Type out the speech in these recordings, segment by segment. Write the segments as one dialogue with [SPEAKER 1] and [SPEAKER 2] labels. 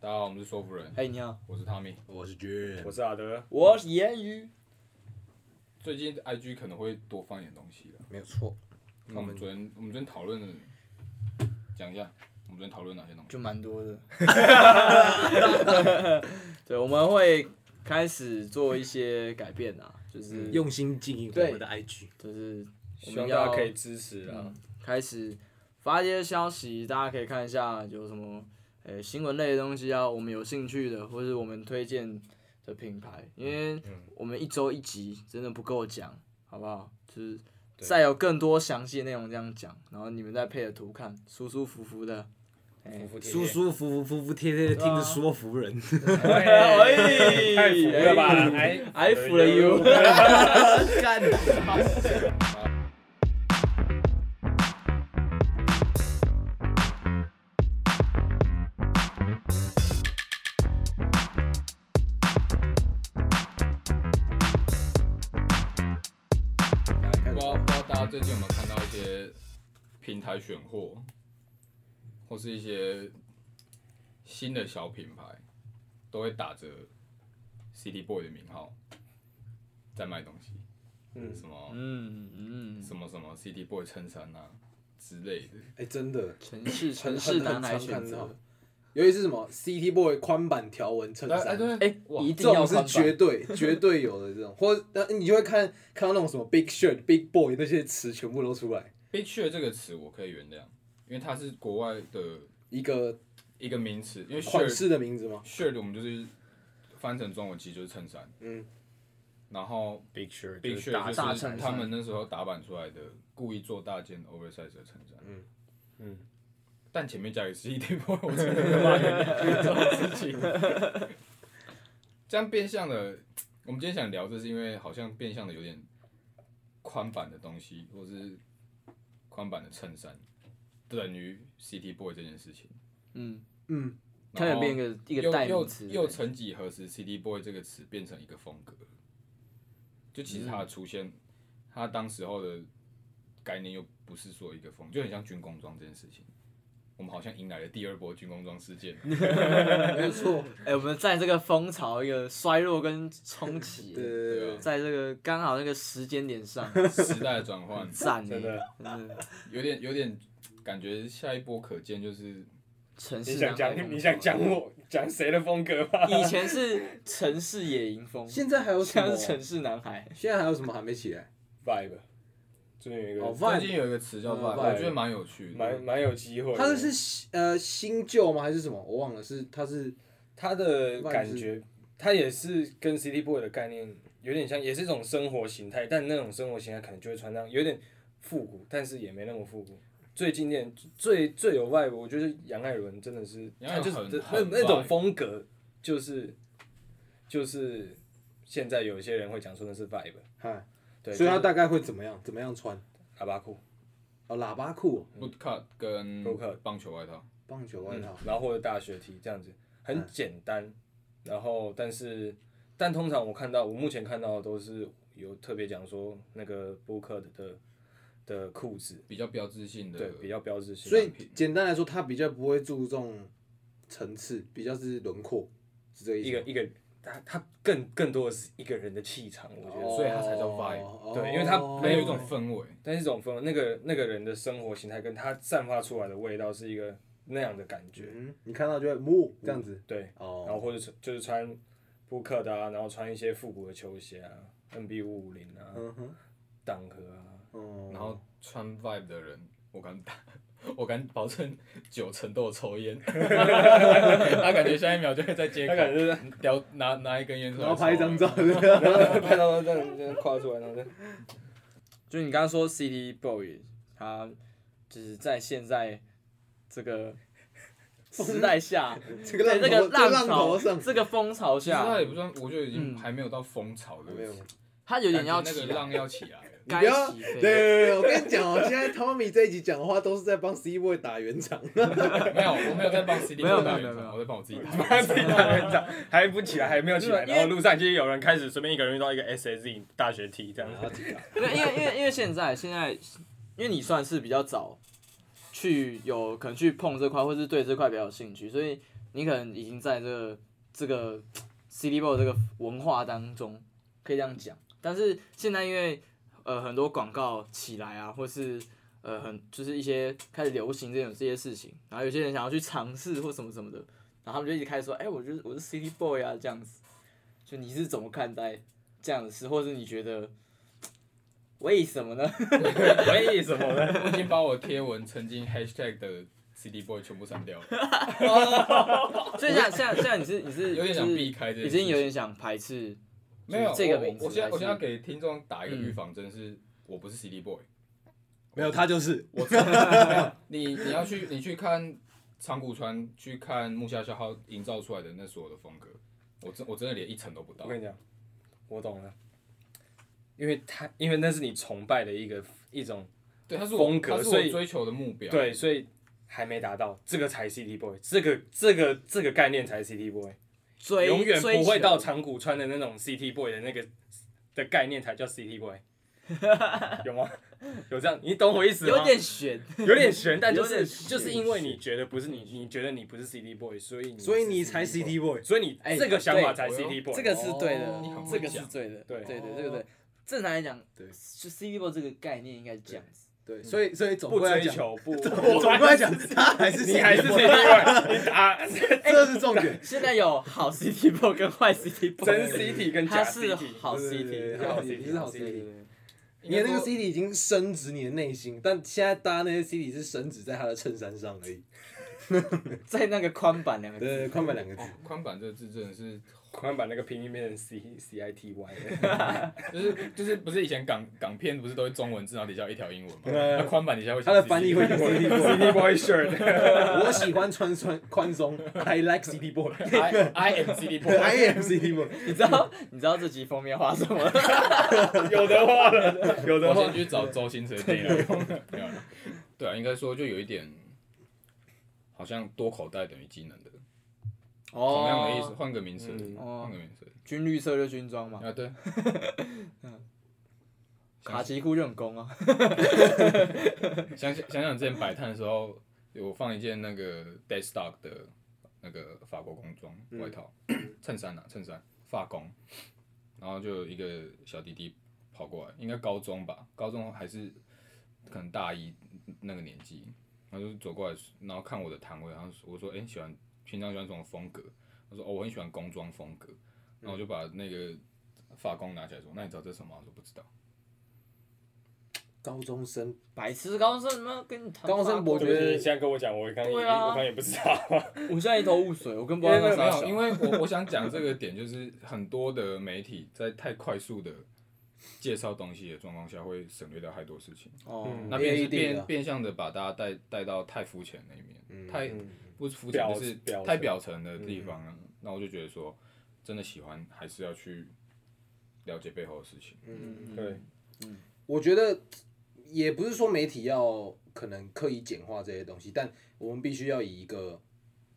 [SPEAKER 1] 大家好，我们是说服人，
[SPEAKER 2] 哎、你好，
[SPEAKER 1] 我是汤米。
[SPEAKER 3] 我是君
[SPEAKER 4] 我，是阿德，
[SPEAKER 2] 我是言语，
[SPEAKER 1] 最近 IG 可能会多放一点东西了。
[SPEAKER 2] 没有错，
[SPEAKER 1] 那
[SPEAKER 5] 嗯
[SPEAKER 1] 我们昨天我们昨天讨论的，讲一下我们昨天讨论哪些东西。
[SPEAKER 2] 就蛮多的。 对，我们会开始做一些改变啊，
[SPEAKER 5] 嗯
[SPEAKER 2] 就是
[SPEAKER 3] 嗯用心经营我
[SPEAKER 2] 对
[SPEAKER 3] 们的 IG，
[SPEAKER 2] 就是我
[SPEAKER 4] 希
[SPEAKER 2] 们
[SPEAKER 4] 望大
[SPEAKER 2] 要
[SPEAKER 4] 家可以 支持啊
[SPEAKER 2] 嗯。开始发一些消息，大家可以看一下有什么呃、新闻类的东西啊，我们有兴趣的，或是我们推荐的品牌，因为我们一周一集真的不够讲，好不好？就是再有更多详细的内容这样讲，然后你们再配着图看，舒舒服服的。哎
[SPEAKER 4] 服服帖帖
[SPEAKER 3] 舒舒服服、服服帖帖的听着说服人，
[SPEAKER 5] 啊
[SPEAKER 2] 哎
[SPEAKER 4] 太服了吧？哎
[SPEAKER 2] 哎服了 you
[SPEAKER 3] 干
[SPEAKER 1] 不知道不知道大家最近有没有看到一些平台选货，或是一些新的小品牌，都会打着 City Boy 的名号在卖东西。嗯，什么
[SPEAKER 2] 嗯嗯，
[SPEAKER 1] 什么什么 City Boy 衬衫啊之类的。
[SPEAKER 5] 哎、真的，
[SPEAKER 2] 城市
[SPEAKER 5] 很
[SPEAKER 2] 城市
[SPEAKER 5] 很
[SPEAKER 2] 男
[SPEAKER 5] 很
[SPEAKER 2] 孩
[SPEAKER 5] 常
[SPEAKER 2] 选
[SPEAKER 5] 看到
[SPEAKER 2] 择，，
[SPEAKER 5] 尤其是什么 CT boy 宽版条纹衬衫，
[SPEAKER 2] 哎、
[SPEAKER 1] 哇
[SPEAKER 2] 一
[SPEAKER 5] 这
[SPEAKER 2] 定要
[SPEAKER 5] 种是
[SPEAKER 2] 穿吧
[SPEAKER 5] 绝对 绝对有的这种，或呃你就会看看到那种什么 big shirt、big boy 那些词全部都出来，
[SPEAKER 1] “big share” 这个词我可以原谅，因为它是国外的
[SPEAKER 5] 一个
[SPEAKER 1] 一个名词，因为
[SPEAKER 5] 款
[SPEAKER 1] “share”
[SPEAKER 5] 式的名字吗？
[SPEAKER 1] “share” 我们就是翻成中文其实就是衬衫，
[SPEAKER 5] 嗯，
[SPEAKER 1] 然后
[SPEAKER 3] Big Shirt
[SPEAKER 1] “big
[SPEAKER 3] 就是
[SPEAKER 1] share”
[SPEAKER 3] 大
[SPEAKER 2] 大
[SPEAKER 1] 就
[SPEAKER 2] 衬
[SPEAKER 1] 是
[SPEAKER 2] 衫
[SPEAKER 1] 他们那时候打版出来的故意做大件 oversize 的衬衫，
[SPEAKER 5] 嗯
[SPEAKER 4] 嗯，
[SPEAKER 1] 但前面加个 C D 波，我真的没办法原谅这种事情，这样变相的，我们今天想聊这是因为好像变相的有点宽版的东西，或是宽版的衬衫。等于 City Boy 这件事情，
[SPEAKER 2] 嗯，
[SPEAKER 5] 嗯，
[SPEAKER 2] 差点变一个一个
[SPEAKER 1] 又
[SPEAKER 2] 代名
[SPEAKER 1] 又
[SPEAKER 2] 词，
[SPEAKER 1] 又曾几何时，CD boy 这个词变成一个风格，就其实它的出现，它当时候的概念又不是说一个风，就很像军工装这件事情。我们好像迎来了第二波军工装事件，啊
[SPEAKER 5] 没错，
[SPEAKER 2] 哎、我们在这个风潮一个衰落跟冲 击，
[SPEAKER 5] 对对对
[SPEAKER 1] 对
[SPEAKER 5] 对
[SPEAKER 1] 啊，
[SPEAKER 2] 在这个刚好那个时间点 上，
[SPEAKER 1] 时代的转换，
[SPEAKER 2] 赞欸，
[SPEAKER 4] 真的
[SPEAKER 2] 真的，
[SPEAKER 1] 有点有点感觉下一波可见就是
[SPEAKER 2] 城市
[SPEAKER 4] 你想
[SPEAKER 2] 男孩
[SPEAKER 4] 讲
[SPEAKER 2] 风
[SPEAKER 4] 你想讲我讲谁的风格吗？
[SPEAKER 2] 以前是城市野营风，
[SPEAKER 5] 现在还有什
[SPEAKER 2] 现在
[SPEAKER 5] 么？
[SPEAKER 2] 是城市男孩，
[SPEAKER 5] 现在还有什么还没起来？
[SPEAKER 4] vibe，最近有一
[SPEAKER 5] 哦
[SPEAKER 4] 个
[SPEAKER 1] 最
[SPEAKER 5] ，vibe，
[SPEAKER 1] 近有一个词叫
[SPEAKER 5] 嗯
[SPEAKER 1] vibe，
[SPEAKER 5] vibe
[SPEAKER 1] 我觉得蛮有趣
[SPEAKER 4] 蛮
[SPEAKER 1] 的。
[SPEAKER 4] 蛮有机会的，
[SPEAKER 5] 它是新呃新旧吗？还是什么？我忘了，是它是
[SPEAKER 4] 他的感觉，他也是跟 City Boy 的概念有点像，也是一种生活形态，但那种生活形态可能就会穿上有点复古，但是也没那么复古。最经典、最最有 vibe，我觉得杨爱伦真的是，
[SPEAKER 1] 杨爱
[SPEAKER 4] 他
[SPEAKER 1] 伦
[SPEAKER 4] 就是
[SPEAKER 1] 很很
[SPEAKER 4] 那那种
[SPEAKER 1] vibe
[SPEAKER 4] 风格，就是就是现在有些人会讲说那是 vibe，
[SPEAKER 5] 嗨，
[SPEAKER 4] 对，
[SPEAKER 5] 所以它
[SPEAKER 4] 就是
[SPEAKER 5] 大概会怎么样？怎么样穿？
[SPEAKER 4] 喇叭裤、
[SPEAKER 5] 哦，喇叭裤、
[SPEAKER 1] Bootcut 跟
[SPEAKER 4] Bootcut
[SPEAKER 1] 棒球外套，
[SPEAKER 5] 棒球外套，
[SPEAKER 4] 然后或者大学 T 这样子，很简单。然后，但是，但通常我看到，我目前看到的都是有特别讲说那个布克的的裤子，
[SPEAKER 1] 比较标志性的
[SPEAKER 4] 对，比较标志性。
[SPEAKER 5] 所以简单来说，它比较不会注重层次，比较是轮廓，是这个意思
[SPEAKER 4] 一
[SPEAKER 5] 吗
[SPEAKER 4] 个。一个，他他更更多的是一个人的气场，我觉得。
[SPEAKER 1] 所以它才叫 vibe
[SPEAKER 5] 哦
[SPEAKER 4] 对因为它
[SPEAKER 1] 它有一种氛围。
[SPEAKER 4] 但是这种风，那个那个人的生活形态跟他散发出来的味道是一个那样的感觉，
[SPEAKER 5] 嗯，你看到就会摸这样子。
[SPEAKER 4] 对。然后
[SPEAKER 5] 哦，
[SPEAKER 4] 或者是就是穿布克的啊，然后穿一些复古的球鞋啊，NB 五五零啊，
[SPEAKER 5] 嗯哼，
[SPEAKER 4] 档盒啊，
[SPEAKER 2] 嗯
[SPEAKER 5] 哦，
[SPEAKER 1] 然后穿 vibe 的人，我敢 打，我敢保证九成都有抽 烟，他感觉下一秒就会在街
[SPEAKER 4] 他感
[SPEAKER 1] 口
[SPEAKER 4] 觉就是
[SPEAKER 1] 叼拿拿一根烟出来，
[SPEAKER 5] 然后拍一张照，，对不对
[SPEAKER 4] 拍到这样这样跨出来，然后这样
[SPEAKER 2] 就你刚刚说 City Boy，他就是在现在这个时代下，
[SPEAKER 5] 这
[SPEAKER 2] 在这个
[SPEAKER 5] 浪头
[SPEAKER 2] 浪潮
[SPEAKER 5] 头上，
[SPEAKER 2] 这个风潮
[SPEAKER 1] 其实他
[SPEAKER 2] 下
[SPEAKER 1] 也，不算，我觉得已经
[SPEAKER 2] 嗯
[SPEAKER 1] 还没有到风潮的，
[SPEAKER 5] 没有，
[SPEAKER 2] 他嗯有点要
[SPEAKER 1] 那
[SPEAKER 2] 起
[SPEAKER 1] 个
[SPEAKER 2] 来，
[SPEAKER 1] 浪要起来了。
[SPEAKER 5] 你
[SPEAKER 2] 该
[SPEAKER 5] 不要
[SPEAKER 2] 起飞，
[SPEAKER 5] 对对对，对我跟你讲哦，现在 Tommy 这一集讲的话都是在帮 C boy 打圆场，
[SPEAKER 1] 没有，我没有在帮 CD
[SPEAKER 2] 没有
[SPEAKER 1] 打
[SPEAKER 2] 没有
[SPEAKER 1] 圆
[SPEAKER 2] 没
[SPEAKER 1] 场
[SPEAKER 2] 有没有
[SPEAKER 1] 我在帮我自己打。
[SPEAKER 4] 自己打人掌，还不起来，还没有起来，
[SPEAKER 2] 因为
[SPEAKER 4] 然后路上就有人开始随便一个人遇到一个 S S Z 大学 T 这样
[SPEAKER 5] 然后
[SPEAKER 4] 子，
[SPEAKER 5] 几个
[SPEAKER 2] 因为因为因为因为现在现在，因为你算是比较早去有可能去碰这块，或是对这块比较有兴趣，所以你可能已经在这个这个 City Boy 这个文化当中，可以这样讲。但是现在因为呃很多广告起来啊，或是呃很就是一些开始流行这种这些事情，然后有些人想要去尝试或什么什么的，然后他们就一直开始说，哎、我就是我是 City Boy 啊这样子。就你是怎么看待这样的事，或是你觉得为什么呢？
[SPEAKER 4] 为什么呢？
[SPEAKER 1] 我已经把我贴文曾经 hashtag 的 CD boy 全部删掉了，
[SPEAKER 2] 所以现在现在现在你是你是
[SPEAKER 1] 有点想
[SPEAKER 2] 就是
[SPEAKER 1] 避开这件
[SPEAKER 2] 已
[SPEAKER 1] 事情
[SPEAKER 2] 经有点想排斥，
[SPEAKER 1] 没有
[SPEAKER 2] 就是这个
[SPEAKER 1] 我
[SPEAKER 2] 名字
[SPEAKER 1] 我我现在
[SPEAKER 2] 还是嗯
[SPEAKER 1] 我现在给听众打一个预防针，是我不是 CD boy，
[SPEAKER 3] 没有，他就是
[SPEAKER 1] 我没有你你要去你去看长谷川，去看木下孝浩营造出来的那所有的风格，我真我真的连一层都不到
[SPEAKER 4] 我。跟你讲，我懂了，因为他因为那是你崇拜的一个一种
[SPEAKER 1] 对，他是我
[SPEAKER 4] 风格
[SPEAKER 1] 他是
[SPEAKER 4] 所
[SPEAKER 1] 我
[SPEAKER 4] 以
[SPEAKER 1] 追求的目标。
[SPEAKER 4] 对，所以还没达到，这个才 City Boy，这个这个这个概念才 City Boy，
[SPEAKER 2] 追
[SPEAKER 4] 永远
[SPEAKER 2] 追
[SPEAKER 4] 不会
[SPEAKER 2] 求
[SPEAKER 4] 到长谷川的那种 City Boy 的那个的概念才叫 City Boy，有吗？有这样，你懂我意思吗？
[SPEAKER 2] 有点悬，
[SPEAKER 4] 有点悬，但就
[SPEAKER 2] 有点
[SPEAKER 4] 是
[SPEAKER 2] 悬
[SPEAKER 4] 就是因为你觉得不是你，你觉得你不是 City Boy，所以你
[SPEAKER 3] 所以你
[SPEAKER 4] 是
[SPEAKER 3] 才
[SPEAKER 4] City
[SPEAKER 3] City Boy
[SPEAKER 4] Boy，。所以你
[SPEAKER 2] 哎
[SPEAKER 4] 这个想法才
[SPEAKER 1] 对
[SPEAKER 4] City Boy。
[SPEAKER 2] 这个是对的，
[SPEAKER 1] 哦你很会
[SPEAKER 2] 这个是
[SPEAKER 1] 讲哦
[SPEAKER 2] 对的，
[SPEAKER 4] 对
[SPEAKER 2] 对对对对。正常来讲，
[SPEAKER 3] 对
[SPEAKER 2] 就 C D b o 这个概念应该是这样子，
[SPEAKER 3] 对，所以所以总
[SPEAKER 4] 不
[SPEAKER 3] 归来
[SPEAKER 4] 追
[SPEAKER 3] 讲，
[SPEAKER 4] 求不，
[SPEAKER 3] 总归来讲，他还是
[SPEAKER 4] 你还是 City Boy，你打
[SPEAKER 3] 这是重点。
[SPEAKER 2] 现在有好 C D b o 跟坏 C D b o
[SPEAKER 4] 真 City 跟
[SPEAKER 2] 它
[SPEAKER 4] 假
[SPEAKER 2] 是
[SPEAKER 4] City。
[SPEAKER 2] 好 C
[SPEAKER 3] 对对
[SPEAKER 2] D，
[SPEAKER 3] 对
[SPEAKER 5] 好
[SPEAKER 4] City，
[SPEAKER 5] 你是好
[SPEAKER 4] 好
[SPEAKER 5] C D，
[SPEAKER 1] 应
[SPEAKER 5] 你
[SPEAKER 1] 该
[SPEAKER 5] 的
[SPEAKER 1] 说，
[SPEAKER 5] 那个 CD 已经深植你的内心，但现在搭那些 CD 是深植在他的衬衫上而已。
[SPEAKER 2] 在那个宽板两个
[SPEAKER 5] 对，
[SPEAKER 2] 字，
[SPEAKER 5] 宽板两个字
[SPEAKER 1] 哦，宽板这个字真的是，
[SPEAKER 4] 快把那个拼音变成 C C I T Y，
[SPEAKER 1] 就是就是不是以前港港片不是都会中文字，然后底下有一条英文嘛？
[SPEAKER 5] 对
[SPEAKER 4] 啊
[SPEAKER 1] 那宽板底下会写
[SPEAKER 5] 他的翻译会
[SPEAKER 1] CD
[SPEAKER 5] 是 CD boy。
[SPEAKER 4] City Boy shirt，
[SPEAKER 5] 我喜欢穿穿 宽松，I like CD boy。
[SPEAKER 1] I I am CD boy。
[SPEAKER 5] I am CD boy。
[SPEAKER 2] 你知道你知道这集封面画什么？
[SPEAKER 4] 有的话了，有的
[SPEAKER 1] 我
[SPEAKER 4] 话
[SPEAKER 1] 先去找周星驰的电影来用。没有啦对啊，应该说就有一点，好像多口袋等于技能的同样的意
[SPEAKER 5] 哦
[SPEAKER 1] 思，，换个名词，
[SPEAKER 4] 嗯
[SPEAKER 1] 换个名词
[SPEAKER 2] 哦军绿色就军装嘛，
[SPEAKER 1] 啊，对，
[SPEAKER 2] 卡其裤就很攻啊，
[SPEAKER 1] 想想想想之前摆摊的时候，有放一件那个 Day Stock 的那个法国工装外套、衬衫啊，衬衫发工，然后就有一个小弟弟跑过来，应该高中吧，高中还是可能大一那个年纪，然后就走过来，然后看我的摊位，然后我说，哎、你喜欢平常喜欢什么风格？他说，哦，我很喜欢工装风格，然后我就把那个发工拿起来说，那你知道这是什么吗？我说不知道。
[SPEAKER 5] 高中生，
[SPEAKER 2] 白痴高中生，妈跟你谈
[SPEAKER 5] 高中生
[SPEAKER 2] 法国
[SPEAKER 5] 我觉
[SPEAKER 4] 就是
[SPEAKER 5] 得
[SPEAKER 4] 你现在跟我讲，我刚也
[SPEAKER 2] 对啊
[SPEAKER 4] 我刚也不啊知道，
[SPEAKER 2] 我现在一头雾水，我跟不
[SPEAKER 1] 因为
[SPEAKER 2] 知
[SPEAKER 1] 没
[SPEAKER 2] 道啥
[SPEAKER 1] 有，
[SPEAKER 2] 小
[SPEAKER 1] 因为我我想讲这个点，就是很多的媒体在太快速的介绍东西的状况下，会省略掉太多事情。
[SPEAKER 2] 哦，
[SPEAKER 4] 嗯
[SPEAKER 1] 那变
[SPEAKER 5] 也
[SPEAKER 1] 是
[SPEAKER 5] 一定的嗯
[SPEAKER 1] 变变相的把大家带带到太肤浅那一面，太不是肤浅，
[SPEAKER 4] 表
[SPEAKER 1] 就是
[SPEAKER 4] 表层
[SPEAKER 1] 太表层的地方了。那我就觉得说，真的喜欢还是要去了解背后的事情。
[SPEAKER 2] 嗯
[SPEAKER 4] 对，
[SPEAKER 5] 我觉得嗯也不是说媒体要可能刻意简化这些东西，但我们必须要以一个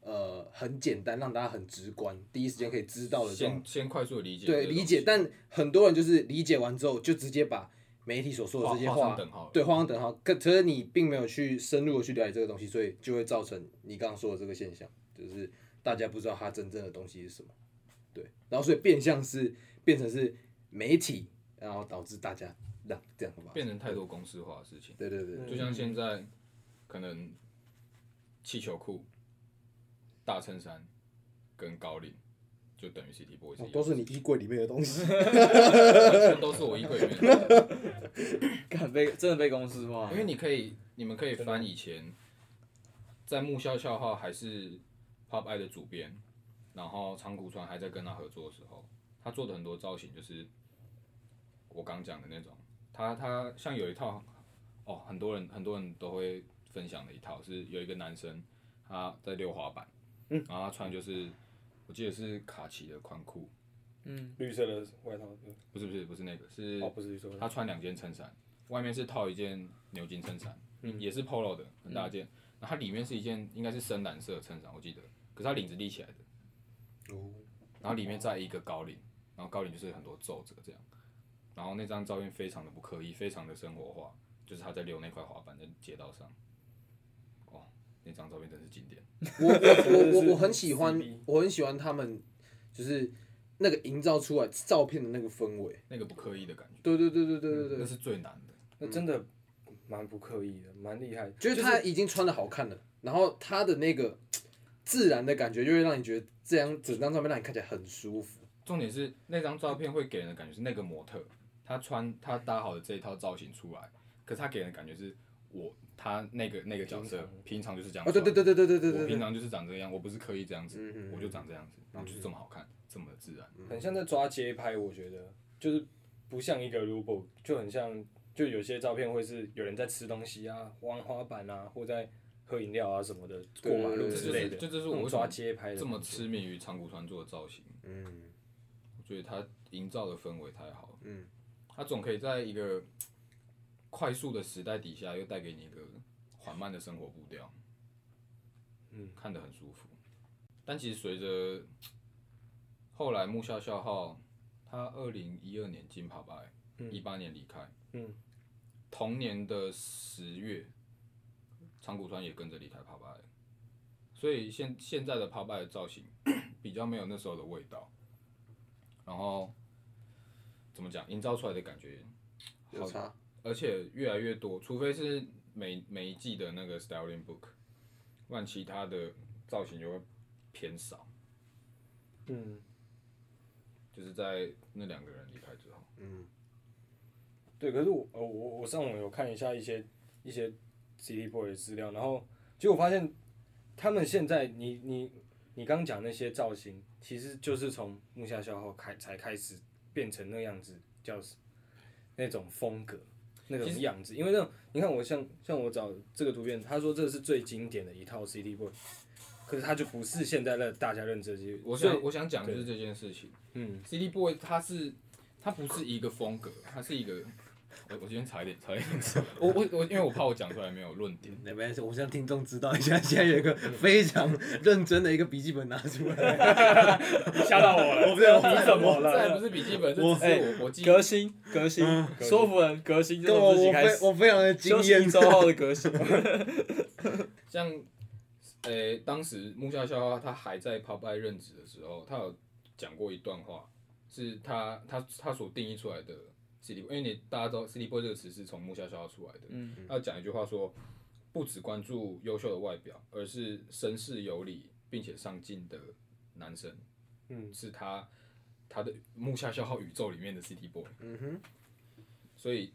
[SPEAKER 5] 呃很简单，让大家很直观，第一时间可以知道的这
[SPEAKER 1] 先
[SPEAKER 5] 种
[SPEAKER 1] 先快速地理解这个
[SPEAKER 5] 对
[SPEAKER 1] 东西，
[SPEAKER 5] 理解。但很多人就是理解完之后，就直接把媒体所说的这些
[SPEAKER 1] 画画
[SPEAKER 5] 话
[SPEAKER 1] 上等号
[SPEAKER 5] 对画上等号，可可是你并没有去深入的去了解这个东西，所以就会造成你刚刚说的这个现象，就是大家不知道它真正的东西是什么。对，然后所以变相是变成是媒体，然后导致大家让这样吧。
[SPEAKER 1] 变成太多公式化的事情。
[SPEAKER 5] 对对对，
[SPEAKER 1] 就像现在可能气球裤、大衬衫跟高领，就等于 City Boy 是一
[SPEAKER 5] 哦
[SPEAKER 1] 样
[SPEAKER 5] 都是你衣柜里面的东西。
[SPEAKER 1] 的，都是我衣柜里面的，
[SPEAKER 2] 敢被真的被公司化
[SPEAKER 1] 因，为你可以，你们可以翻以前在木笑笑号还是 Pop I 的主编，然后长谷川还在跟他合作的时候，他做的很多造型就是我刚讲的那种，他他像有一套哦，很多人很多人都会分享的一套是有一个男生他在溜滑板，嗯，然后他穿就是我记得是卡其的宽裤，
[SPEAKER 2] 嗯，
[SPEAKER 4] 绿色的外套，
[SPEAKER 1] 不是不是不是那个是
[SPEAKER 4] 哦，不是绿色的，
[SPEAKER 1] 他穿两件衬衫，外面是套一件牛津衬衫，也是 polo 的，很大件。然后它里面是一件应该是深蓝色的衬衫，我记得，可是它领子立起来的，然后里面再一个高领，然后高领就是很多皱褶这样。然后那张照片非常的不刻意，非常的生活化，就是他在溜那块滑板在街道上，哦，那那张照片真是经典。
[SPEAKER 5] 我我我我我很 喜
[SPEAKER 4] CB
[SPEAKER 5] 欢，我很喜欢他们，就是那个营造出来照片的那个氛围。
[SPEAKER 1] 那个不刻意的感觉，
[SPEAKER 5] 对对对对对对
[SPEAKER 1] 那
[SPEAKER 5] 对，
[SPEAKER 1] 是最难的。
[SPEAKER 4] 那真的蛮不刻意的，蛮厉害的。
[SPEAKER 5] 就是他已经穿的好看了，然后他的那个自然的感觉，就会让你觉得这张整张照片让你看起来很舒服。
[SPEAKER 1] 重点是那张照片会给人的感觉是那个模特，他穿他搭好的这一套造型出来，可是他给人的感觉是我他那个那个角色平常就是这样
[SPEAKER 5] 哦，
[SPEAKER 1] 穿。
[SPEAKER 5] 对对对对对对对
[SPEAKER 1] 我
[SPEAKER 5] 对
[SPEAKER 1] 平
[SPEAKER 5] 对，
[SPEAKER 1] 常就是长这样，我不是刻意这样子，
[SPEAKER 5] 嗯嗯嗯
[SPEAKER 1] 我就长这样子，然后就是这么好看，这么自然。
[SPEAKER 4] 很像在抓街拍，我觉得就是不像一个 logo，就很像就有些照片会是有人在吃东西啊、玩滑板啊，或在喝饮料啊什么的，
[SPEAKER 5] 对
[SPEAKER 4] 过马路
[SPEAKER 5] 对
[SPEAKER 4] 之类的。
[SPEAKER 1] 这就是这就是
[SPEAKER 4] 那种
[SPEAKER 1] 我为什么
[SPEAKER 4] 抓街拍的
[SPEAKER 1] 这么
[SPEAKER 4] 感觉
[SPEAKER 1] 痴迷于长谷川做的造型，
[SPEAKER 5] 嗯，
[SPEAKER 1] 我觉得他营造的氛围太好了。
[SPEAKER 5] 嗯，
[SPEAKER 1] 他总可以在一个快速的时代底下，又带给你一个缓慢的生活步调，
[SPEAKER 4] 嗯，
[SPEAKER 1] 看得很舒服。但其实随着后来木下孝浩，他二零一二年进帕巴，一八年离开，
[SPEAKER 4] 嗯，
[SPEAKER 1] 同年的十月，长谷川也跟着离开帕巴，所以现现在的帕巴的造型 比较没有那时候的味道，然后怎么讲，营造出来的感觉
[SPEAKER 5] 有差。
[SPEAKER 1] 而且越来越多，除非是每每一季的那个 styling book，不然其他的造型就会偏少。
[SPEAKER 4] 嗯，
[SPEAKER 1] 就是在那两个人离开之后，
[SPEAKER 4] 对，可是我呃我我我上网有看一下一些一些 City Boy 的资料，然后结果发现他们现在你你你刚讲那些造型，其实就是从木下消浩开才开始变成那样子，叫那种风格那种样子。因为那种你看我像像我找这个图片，他说这是最经典的一套 City Boy，可是他就不是现在的大家认知的 City Boy，
[SPEAKER 1] 我
[SPEAKER 4] 所以
[SPEAKER 1] 想我想讲的就是这件事情。
[SPEAKER 4] 嗯
[SPEAKER 1] CD Boy 它是它不是一个风格，它是一个。我我今天踩一点踩一点词，我我我，因为我怕我讲出来没有论点。
[SPEAKER 3] 没关系，我向听众知道一下，现在有一个非常认真的一个笔记本拿出来，
[SPEAKER 4] 吓到我了，
[SPEAKER 3] 我不知道
[SPEAKER 4] 你怎 么
[SPEAKER 1] 这还
[SPEAKER 4] 了？
[SPEAKER 1] 不是笔记本，这
[SPEAKER 3] 我
[SPEAKER 1] 只是我我记。
[SPEAKER 2] 革新，革新，说服人，革新这
[SPEAKER 3] 跟
[SPEAKER 2] 种
[SPEAKER 3] 我
[SPEAKER 2] 事
[SPEAKER 3] 我
[SPEAKER 2] 情开
[SPEAKER 3] 非
[SPEAKER 2] 始。
[SPEAKER 3] 我非常的惊
[SPEAKER 2] 休息
[SPEAKER 3] 艳
[SPEAKER 2] 一。周后的革新，
[SPEAKER 1] 像，呃、当时木下孝花他还在 Popeye 任职的时候，他有讲过一段话，是他他他所定义出来的 City Boy，因为你大家知道 City Boy 这个词是从木下孝花出来的，
[SPEAKER 2] 嗯，
[SPEAKER 1] 他有讲一句话说，不只关注优秀的外表，而是绅士有礼并且上进的男生，
[SPEAKER 4] 嗯
[SPEAKER 1] 是他他的木下孝号宇宙里面的 City Boy，
[SPEAKER 5] 嗯哼，
[SPEAKER 1] 所以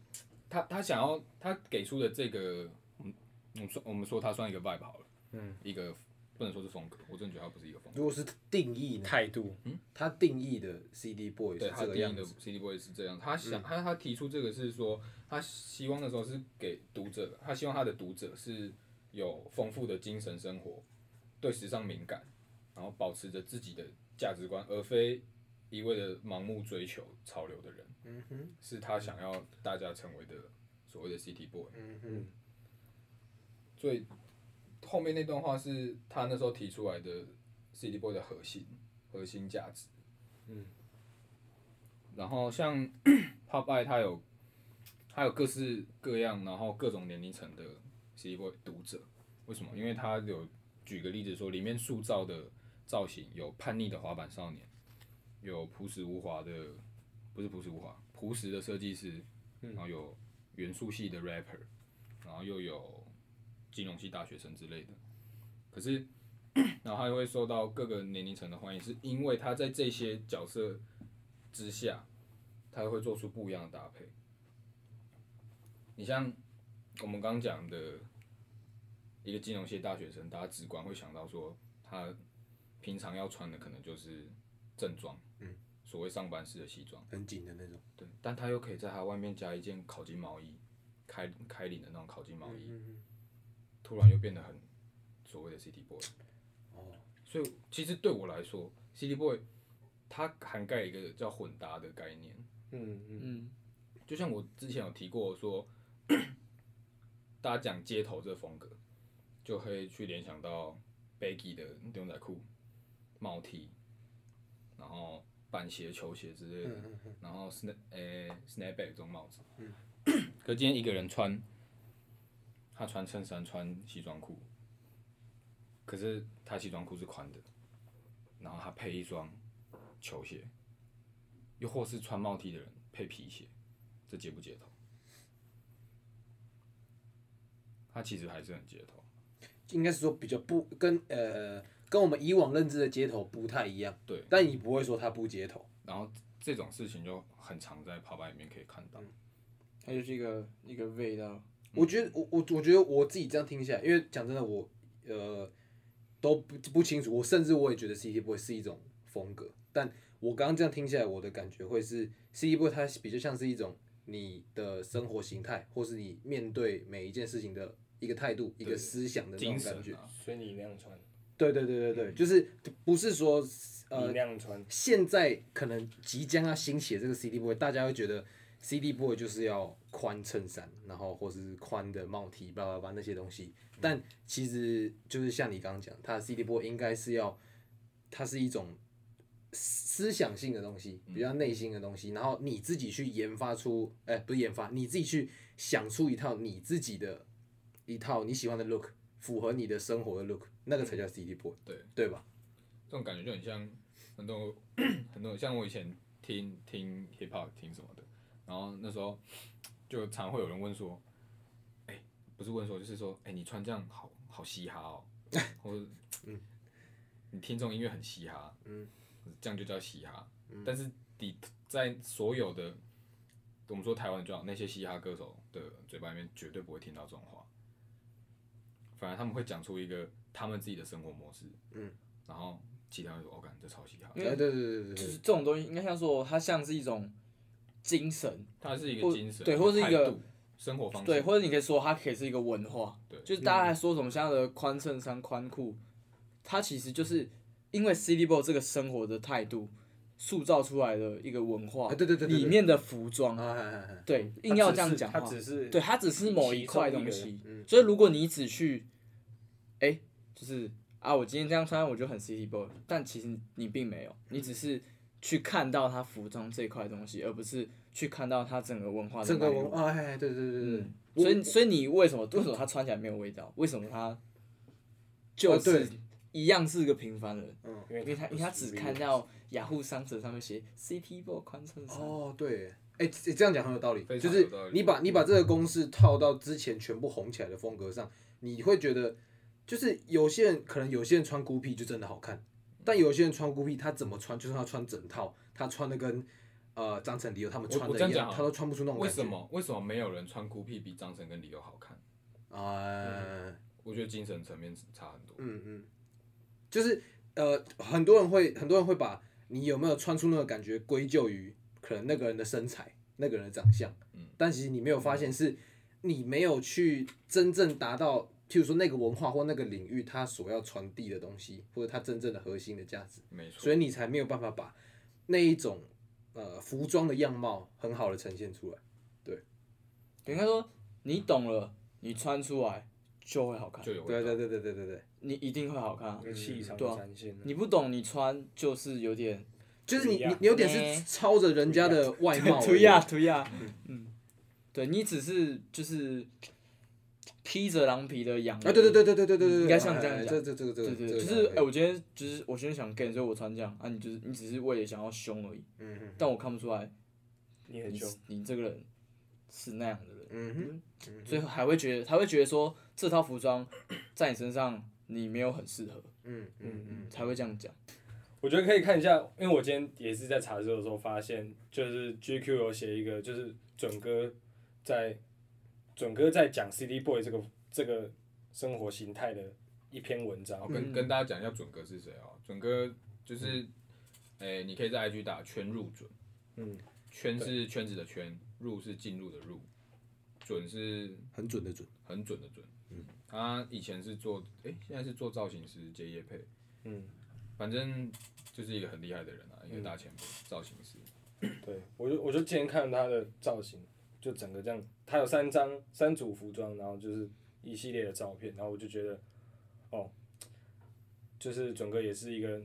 [SPEAKER 1] 他他想要他给出的这个，嗯，我们说我们说他算一个 vibe 好了，嗯，一个不能说是风格，我真的觉得他不是一个风格，
[SPEAKER 5] 如果是定义呢？
[SPEAKER 4] 态度，
[SPEAKER 5] 他定义的 CD boy
[SPEAKER 1] 对
[SPEAKER 5] 是
[SPEAKER 1] 他
[SPEAKER 5] 这个
[SPEAKER 1] 定义
[SPEAKER 5] 样
[SPEAKER 1] 的
[SPEAKER 5] 子。
[SPEAKER 1] City Boy 是这样，他想、他他提出这个是说，他希望的时候是给读者，他希望他的读者是有丰富的精神生活，对时尚敏感，然后保持着自己的价值观，而非一味的盲目追求潮流的人。嗯哼，是他想要大家成为的所谓的 City Boy。
[SPEAKER 5] 嗯
[SPEAKER 4] 嗯
[SPEAKER 5] 哼，
[SPEAKER 1] 所以后面那段话是他那时候提出来的 City Boy 的核心核心价值。
[SPEAKER 4] 嗯，
[SPEAKER 1] 然后像 Popeye 他有他有各式各样，然后各种年龄层的 City Boy 读者。为什么？因为他有举个例子说，里面塑造的造型有叛逆的滑板少年，有朴实无华的，不是朴实无华，朴实的设计师，然后有元素系的 rapper，然后又有金融系大学生之类的。可是， 然后他又会受到各个年龄层的欢迎，是因为他在这些角色之下，他会做出不一样的搭配。你像我们刚刚讲的一个金融系大学生，大家直观会想到说，他平常要穿的可能就是正装，嗯，所谓上班式的西装。
[SPEAKER 5] 很紧的那种。
[SPEAKER 1] 对，但他又可以在他外面加一件烤金毛衣，开开领的那种烤金毛衣，突然又变得很所谓的 City Boy。
[SPEAKER 5] 哦，
[SPEAKER 1] 所以其实对我来说，City Boy 它涵盖一个叫混搭的概念，
[SPEAKER 4] 嗯嗯。
[SPEAKER 2] 嗯，
[SPEAKER 1] 就像我之前有提过说，大家讲街头这风格，就会去联想到 baggy 的牛仔裤、帽 T，然后板鞋、球鞋之类的，然后 snap 诶、snapback 这种帽子。 可今天一个人穿，他穿衬衫、穿西装裤，可是他西装裤是宽的，然后他配一双球鞋，又或是穿帽 T 的人配皮鞋，这接不接头？他其实还是很街头，
[SPEAKER 5] 应该是说比较不跟呃跟我们以往认知的街头不太一样，
[SPEAKER 1] 对。
[SPEAKER 5] 但你不会说他不街头，
[SPEAKER 1] 然后这种事情就很常在 p u 里面可以看到。
[SPEAKER 2] 它就是一个一个味道。
[SPEAKER 5] 我
[SPEAKER 1] 嗯
[SPEAKER 5] 觉得我我我觉得我自己这样听下来，因为讲真的我呃都不不清楚，我甚至我也觉得 City Boy 是一种风格，但我刚刚这样听下来，我的感觉会是 City Boy 它比较像是一种你的生活形态，或是你面对每一件事情的一个态度、一个思想的那
[SPEAKER 1] 精
[SPEAKER 5] 种
[SPEAKER 1] 神
[SPEAKER 5] 感觉。
[SPEAKER 1] 啊，嗯
[SPEAKER 4] 所以你那样穿，
[SPEAKER 5] 对对对对对，就是不是说
[SPEAKER 4] 你
[SPEAKER 5] 呃
[SPEAKER 4] 那样穿，
[SPEAKER 5] 现在可能即将要兴起的这个 CD boy，大家会觉得 CD boy 就是要宽衬衫，然后或是宽的帽 T，叭叭叭那些东西。但其实就是像你刚刚讲，他的 CD boy 应该是要，它是一种思想性的东
[SPEAKER 2] 嗯
[SPEAKER 5] 西，比较内心的东西，然后你自己去研发出，哎、不是研发，你自己去想出一套你自己的一套你喜欢的 look，符合你的生活的 look，那个才
[SPEAKER 2] 嗯
[SPEAKER 5] 叫 CD boy，
[SPEAKER 1] 对
[SPEAKER 5] 对吧？
[SPEAKER 1] 这种感觉就很像很多很多像我以前听听 hip hop 听什么的，然后那时候就常会有人问说，哎、不是问说，就是说，哎、你穿这样好好嘻哈 哦，或者你听这种音乐很嘻哈，
[SPEAKER 5] 嗯
[SPEAKER 1] 这样就叫嘻哈。但是你在所有的我们说台湾就好，那些嘻哈歌手的嘴巴里面绝对不会听到这种话，反而他们会讲出一个他们自己的生活模式，
[SPEAKER 5] 嗯，
[SPEAKER 1] 然后其他人说，哦，感这超嘻哈，
[SPEAKER 2] 因
[SPEAKER 5] 哎、
[SPEAKER 2] 为
[SPEAKER 5] 对对对对
[SPEAKER 2] 就
[SPEAKER 5] 对
[SPEAKER 2] 是这种东西，应该像说它像是一种精神，
[SPEAKER 1] 它是一
[SPEAKER 2] 或
[SPEAKER 1] 个精神，
[SPEAKER 2] 对或是一个
[SPEAKER 1] 态度生活方式，
[SPEAKER 2] 对，或者你可以说它可以是一个文化，
[SPEAKER 1] 对
[SPEAKER 2] 就是大家还说什么像的宽衬衫、宽裤，它其实就是因为 City Boy 这个生活的态度塑造出来的一个文化，
[SPEAKER 5] 啊对对对对对
[SPEAKER 2] 里面的服装，
[SPEAKER 5] 啊，哎哎哎
[SPEAKER 2] 对，
[SPEAKER 4] 他
[SPEAKER 2] 硬要
[SPEAKER 4] 只
[SPEAKER 2] 这样
[SPEAKER 4] 是
[SPEAKER 2] 讲
[SPEAKER 4] 他
[SPEAKER 2] 话，
[SPEAKER 4] 只是
[SPEAKER 2] 对，它只是某一块东
[SPEAKER 4] 其中
[SPEAKER 2] 西，
[SPEAKER 5] 嗯
[SPEAKER 2] 所以如果你只去，哎、就是啊，我今天这样穿，我就很 city boy，但其实你并没有，你只是去看到它服装这块东西，而不是去看到它整个文化的
[SPEAKER 5] 整个
[SPEAKER 2] 脉络
[SPEAKER 5] 文化，哎，对对对对
[SPEAKER 2] 嗯，所以所以你为什么为什么他穿起来没有味道？为什么他就是
[SPEAKER 5] 对
[SPEAKER 2] 一样是个平凡人？
[SPEAKER 5] 嗯
[SPEAKER 2] 因
[SPEAKER 4] 因
[SPEAKER 2] 为
[SPEAKER 4] 为
[SPEAKER 2] 他
[SPEAKER 4] 他
[SPEAKER 2] 因为他只看到雅虎商城上面写 CT boy 宽衬衫，
[SPEAKER 5] 哦，对，哎、这这样讲很有道理，
[SPEAKER 1] 非
[SPEAKER 5] 就
[SPEAKER 1] 常
[SPEAKER 5] 是
[SPEAKER 1] 有道理
[SPEAKER 5] 你把你把这个公式套到之前全部红起来的风格上，你会觉得，就是有些人可能有些人穿孤僻就真的好看，但有些人穿孤僻，他怎么穿，就算他穿整套，他穿的跟呃张成迪友他们
[SPEAKER 1] 我
[SPEAKER 5] 穿
[SPEAKER 1] 我
[SPEAKER 5] 的
[SPEAKER 1] 这样
[SPEAKER 5] 一样
[SPEAKER 1] 讲，好
[SPEAKER 5] 他都穿不出那种
[SPEAKER 1] 为
[SPEAKER 5] 感觉。
[SPEAKER 1] 什？么为什么没有人穿孤僻比张晨跟李友好看？
[SPEAKER 5] 啊、
[SPEAKER 1] 我觉得精神层面差很多。
[SPEAKER 5] 嗯嗯，就是呃，很多人会很多人会把你有没有穿出那个感觉归咎于可能那个人的身材、那个人的长相，
[SPEAKER 1] 嗯，
[SPEAKER 5] 但其实你没有发现是你没有去真正达到，譬如说那个文化或那个领域它所要传递的东西，或者它真正的核心的价值，
[SPEAKER 1] 没错，
[SPEAKER 5] 所以你才没有办法把那一种呃服装的样貌很好的呈现出来。
[SPEAKER 2] 应该说你懂了，你穿出来就会好看，
[SPEAKER 1] 就有
[SPEAKER 5] 对啊
[SPEAKER 1] 味道
[SPEAKER 5] 对对对对对对，
[SPEAKER 2] 你一定会好看啊。
[SPEAKER 4] 有气场
[SPEAKER 2] 对啊
[SPEAKER 4] 展现啊。
[SPEAKER 2] 你不懂，你穿就是有点
[SPEAKER 5] 就是你
[SPEAKER 4] 不一样
[SPEAKER 5] 你你有点
[SPEAKER 2] 呢
[SPEAKER 5] 是抄着人家的外貌而已，
[SPEAKER 2] 涂鸦涂鸦，嗯，对你只是就是披着狼皮的羊
[SPEAKER 5] 啊，对对对对对对对对，
[SPEAKER 2] 应该像这样
[SPEAKER 5] 哎哎
[SPEAKER 2] 讲
[SPEAKER 5] 这这这个这个，
[SPEAKER 2] 对对，就
[SPEAKER 5] 这个
[SPEAKER 2] 是
[SPEAKER 5] 可
[SPEAKER 2] 哎、
[SPEAKER 5] 以
[SPEAKER 2] 我今天就是我今天想 gay，所以我穿这样啊，你就是你只是为了想要凶而已，
[SPEAKER 5] 嗯嗯
[SPEAKER 2] 但我看不出来
[SPEAKER 4] 你很
[SPEAKER 2] 你
[SPEAKER 4] 凶，
[SPEAKER 2] 你这个人是那样的人，
[SPEAKER 5] 嗯哼，
[SPEAKER 2] 所以还会觉得他会觉得说这套服装在你身上你没有很适合，
[SPEAKER 5] 嗯嗯嗯，
[SPEAKER 2] 才会这 样讲。
[SPEAKER 4] 我觉得可以看一下，因为我今天也是在查资料的时候发现，就是 GQ 有写一个，就是准哥在准哥在讲 City Boy 这个这个生活形态的一篇文章
[SPEAKER 1] 好，。跟
[SPEAKER 2] 嗯
[SPEAKER 1] 跟大家讲一下准哥是谁哦。准哥就是，诶、你可以在 IG 打“圈入准”，
[SPEAKER 4] 嗯，
[SPEAKER 1] 圈是圈子的圈，入是进入的入，准是
[SPEAKER 5] 很准的准，
[SPEAKER 1] 很准的准。嗯，他以前是做，诶、现在是做造型师接业配，
[SPEAKER 4] 嗯，
[SPEAKER 1] 反正就是一个很厉害的人啊，一个大前辈，造型师。
[SPEAKER 4] 对我就我就今天看他的造型，就整个这样，他有三张三组服装，然后就是一系列的照片，然后我就觉得，哦，就是准哥也是一个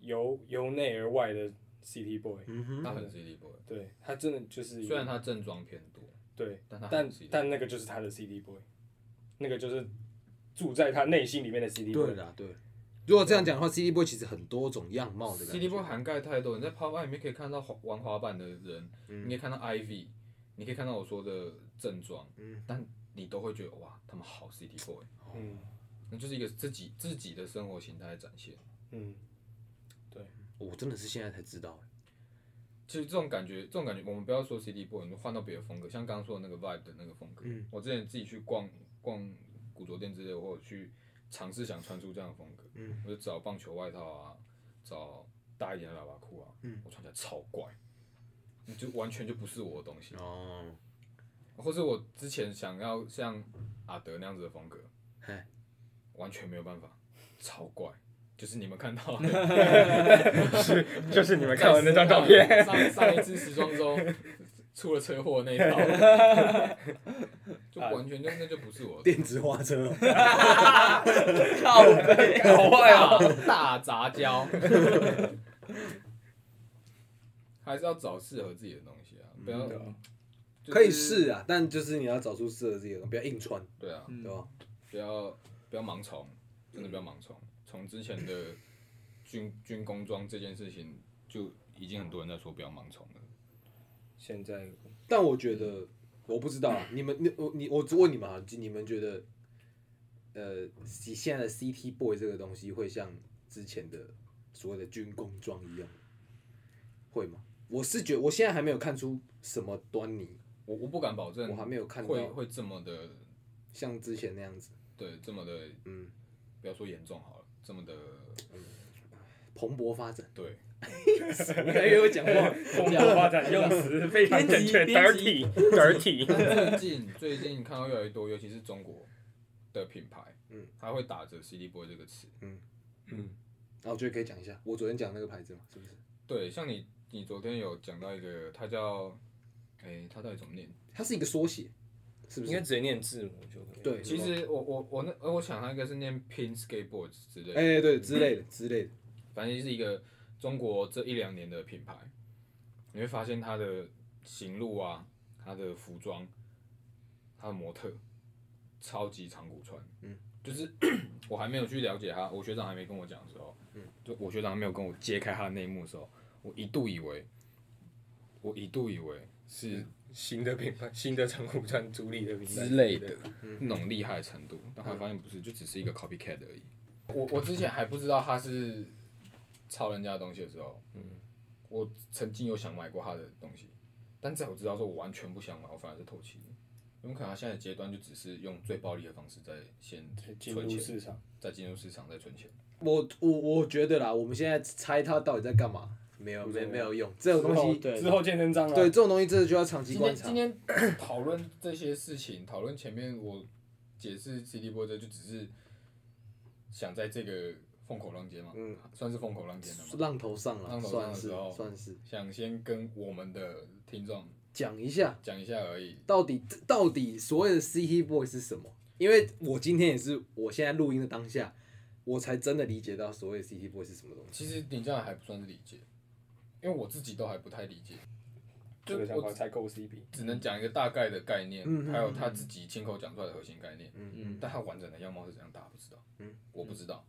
[SPEAKER 4] 由由内而外的 City Boy。
[SPEAKER 1] 他很 city boy，
[SPEAKER 4] 嗯对他真的就是一个
[SPEAKER 1] 虽然他正装偏多，
[SPEAKER 4] 对，
[SPEAKER 1] 但他
[SPEAKER 4] 但
[SPEAKER 1] 很 city
[SPEAKER 4] 但那个就是他的 CD boy，那个就是住在他内心里面的 CD boy。
[SPEAKER 5] 对啦，对。如果这样讲的话，CD boy 其实很多种样貌的感觉。
[SPEAKER 1] CD boy 涵盖太多，你在 Pop Up 里面可以看到滑玩滑板的人，
[SPEAKER 4] 嗯
[SPEAKER 1] 你可以看到 IV，你可以看到我说的症状，但你都会觉得哇，他们好 CD boy，
[SPEAKER 4] 嗯
[SPEAKER 1] 那就是一个自己自己的生活形态的展现。
[SPEAKER 4] 嗯，
[SPEAKER 5] 我真的是现在才知道，
[SPEAKER 1] 其实这种感觉，这种感觉，我们不要说 CD boy，你换到别的风格，像刚刚说的那个 vibe 的那个风格。我之前自己去逛逛古着店之类的，我有去尝试想穿出这样的风格。我就找棒球外套啊，找大一点的喇叭裤啊，我穿起来超怪，你就完全就不是我的东西。
[SPEAKER 5] 哦，
[SPEAKER 1] 或是我之前想要像阿德那样子的风格
[SPEAKER 5] 嘿，
[SPEAKER 1] 完全没有办法，超怪，就是你们看到的
[SPEAKER 4] 就是你们
[SPEAKER 1] 看
[SPEAKER 4] 看
[SPEAKER 1] 完
[SPEAKER 4] 完
[SPEAKER 1] 那
[SPEAKER 4] 那
[SPEAKER 1] 张
[SPEAKER 4] 张
[SPEAKER 1] 照
[SPEAKER 4] 照
[SPEAKER 1] 片
[SPEAKER 4] 片，
[SPEAKER 1] 上上一次时装周出了车祸那一套， 就完全就那就不是我的
[SPEAKER 5] 电子花车，
[SPEAKER 2] 靠背，好坏啊！
[SPEAKER 1] 大杂交， 还是要找适合自己的东西啊，不要、就是
[SPEAKER 5] 嗯可以试啊，但就是你要找出适合自己的，不要硬穿，
[SPEAKER 1] 对啊，
[SPEAKER 5] 对吧？
[SPEAKER 1] 不要不要盲从，真的不要盲从。从之前的军军工装这件事情，就已经很多人在说不要盲从了。
[SPEAKER 4] 现在
[SPEAKER 5] 但我觉得，我不知道啊，你们你我你我只问你们啊，你们觉得，呃，现现在的 CT boy 这个东西会像之前的所谓的军工装一样，会吗？我是觉我现在还没有看出什么端倪，
[SPEAKER 1] 我我不敢保证
[SPEAKER 5] 我还没有看到
[SPEAKER 1] 会会这么的，
[SPEAKER 5] 像之前那样子，
[SPEAKER 1] 对，这么的，
[SPEAKER 5] 嗯，
[SPEAKER 1] 不要说严重好了，这 么的，
[SPEAKER 5] 蓬勃发展。
[SPEAKER 1] 对，
[SPEAKER 2] 哎
[SPEAKER 5] 没有讲话，
[SPEAKER 4] 风格发展用词非常正确，dirty dirty。
[SPEAKER 1] 但最近最近看到越来越多，尤其是中国的品牌，
[SPEAKER 5] 嗯，
[SPEAKER 1] 它会打着 CD boy 这个词，
[SPEAKER 4] 嗯，
[SPEAKER 5] 然后就可以讲一下，我昨天讲那个牌子嘛，是不是？
[SPEAKER 1] 对，像你你昨天有讲到一个，它叫，哎，它到底怎么念？
[SPEAKER 5] 它是一个缩写，是不
[SPEAKER 4] 应该
[SPEAKER 5] 是？
[SPEAKER 4] 直接念字母就可以。
[SPEAKER 5] 对，
[SPEAKER 1] 其实我我我那呃我想它应该是念 Pin Skateboards 之类的，
[SPEAKER 5] 哎、对之类的之类的，
[SPEAKER 1] 反正是一个中国这一两年的品牌，你会发现它的行路啊，它的服装，它的模特，超级长谷川，嗯，就是 我还没有去了解他，我学长还没跟我讲的时候，嗯，就我学长还没有跟我揭开他的内幕的时候，我一度以为，我一度以为是
[SPEAKER 4] 新的品牌，新的长谷川主理的品
[SPEAKER 1] 之
[SPEAKER 4] 牌
[SPEAKER 1] 类的嗯那种厉害的程度，但后来发现不是，就只是一个 copycat 而已。我我之前还不知道他是抄人家的东西的时候，嗯，我曾经有想买过他的东西，但在我知道说我完全不想买，我反而是唾弃，因为可能他现在的阶段就只是用最暴力的方式在先
[SPEAKER 4] 进
[SPEAKER 1] 存
[SPEAKER 4] 入
[SPEAKER 1] 钱，
[SPEAKER 4] 市场。
[SPEAKER 1] 再进入市场再存钱。
[SPEAKER 5] 我我我觉得啦，我们现在猜它到底在干嘛，没有没没有用，这种东西，
[SPEAKER 2] 对
[SPEAKER 4] 之后健身章啊，
[SPEAKER 5] 对这种东西真的就要长期
[SPEAKER 1] 今
[SPEAKER 5] 观
[SPEAKER 1] 天
[SPEAKER 5] 察
[SPEAKER 1] 今。天讨论这些事情，讨论前面我解释 CD 波折，就只是想在这个风口浪尖嘛，
[SPEAKER 5] 嗯
[SPEAKER 1] 算是风口浪尖的嘛，
[SPEAKER 5] 浪头上了，
[SPEAKER 1] 浪头上
[SPEAKER 5] 算
[SPEAKER 1] 的
[SPEAKER 5] 是
[SPEAKER 1] 时候
[SPEAKER 5] 算是
[SPEAKER 1] 想先跟我们的听众
[SPEAKER 5] 讲一下，
[SPEAKER 1] 讲一下而已。
[SPEAKER 5] 到底到底所谓的 CT boy 是什么？因为我今天也是，我现在录音的当下，我才真的理解到所谓的 CT boy 是什么东
[SPEAKER 1] 其
[SPEAKER 5] 西。
[SPEAKER 1] 实你这样还不算是理解，因为我自己都还不太理解，就
[SPEAKER 4] 这个想法
[SPEAKER 1] 我
[SPEAKER 4] 才够 CP。
[SPEAKER 1] 只能讲一个大概的概念，
[SPEAKER 5] 嗯嗯
[SPEAKER 1] 还有他自己亲口讲出来的核心概念，
[SPEAKER 2] 嗯，
[SPEAKER 1] 但他完整的样貌是怎样，大家不知道，
[SPEAKER 5] 嗯
[SPEAKER 1] 我不知道，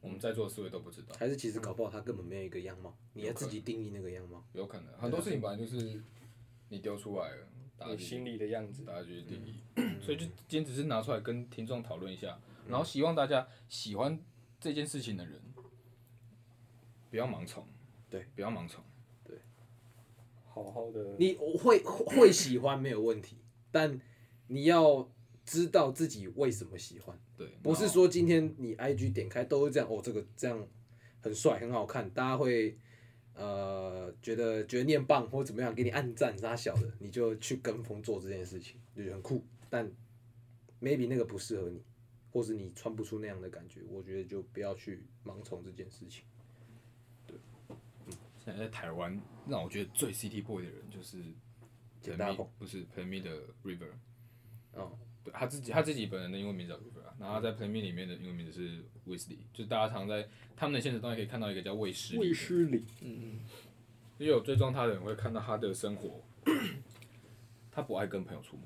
[SPEAKER 1] 我们在座的四位都不知道。
[SPEAKER 5] 还是其实搞不好它根本没有一个样貌，你要自己定义那个样貌。
[SPEAKER 1] 有可能很多事情本来
[SPEAKER 5] 啊
[SPEAKER 1] 就是你丢出来了，大家
[SPEAKER 4] 你
[SPEAKER 1] 去
[SPEAKER 4] 心里的样子，
[SPEAKER 1] 大家
[SPEAKER 5] 嗯
[SPEAKER 1] 去定义， 所以就今天只是拿出来跟听众讨论一下，
[SPEAKER 5] 嗯
[SPEAKER 1] 然后希望大家喜欢这件事情的人不要盲从，
[SPEAKER 5] 对，
[SPEAKER 1] 不要盲从，
[SPEAKER 4] 好好的。
[SPEAKER 5] 你会会喜欢没有问题，但你要知道自己为什么喜欢。
[SPEAKER 1] 对，
[SPEAKER 5] 不是说今天你 IG 点开都是这样，哦，这个这样很帅很好看，大家会呃觉得觉得念棒或怎么样，给你按赞拉小的，你就去跟风做这件事情，就觉得很酷。但 maybe 那个不适合你，或是你穿不出那样的感觉，我觉得就不要去盲从这件事情。
[SPEAKER 1] 现在在台湾让我觉得最 City Boy 的人就是
[SPEAKER 5] 简大鹏
[SPEAKER 1] Penmi- 不是 p l a y m e 的 River，
[SPEAKER 5] 哦，
[SPEAKER 1] 对他自己他自己本人的英文名字叫 River，啊然后他在 p l a y m e 里面的英文名字是 Wesley，就是大家常在他们的现实当中可以看到一个叫卫士。
[SPEAKER 5] 未失礼，
[SPEAKER 1] 嗯因为有追 踪他的人会看到他的生活，他不爱跟朋友出门，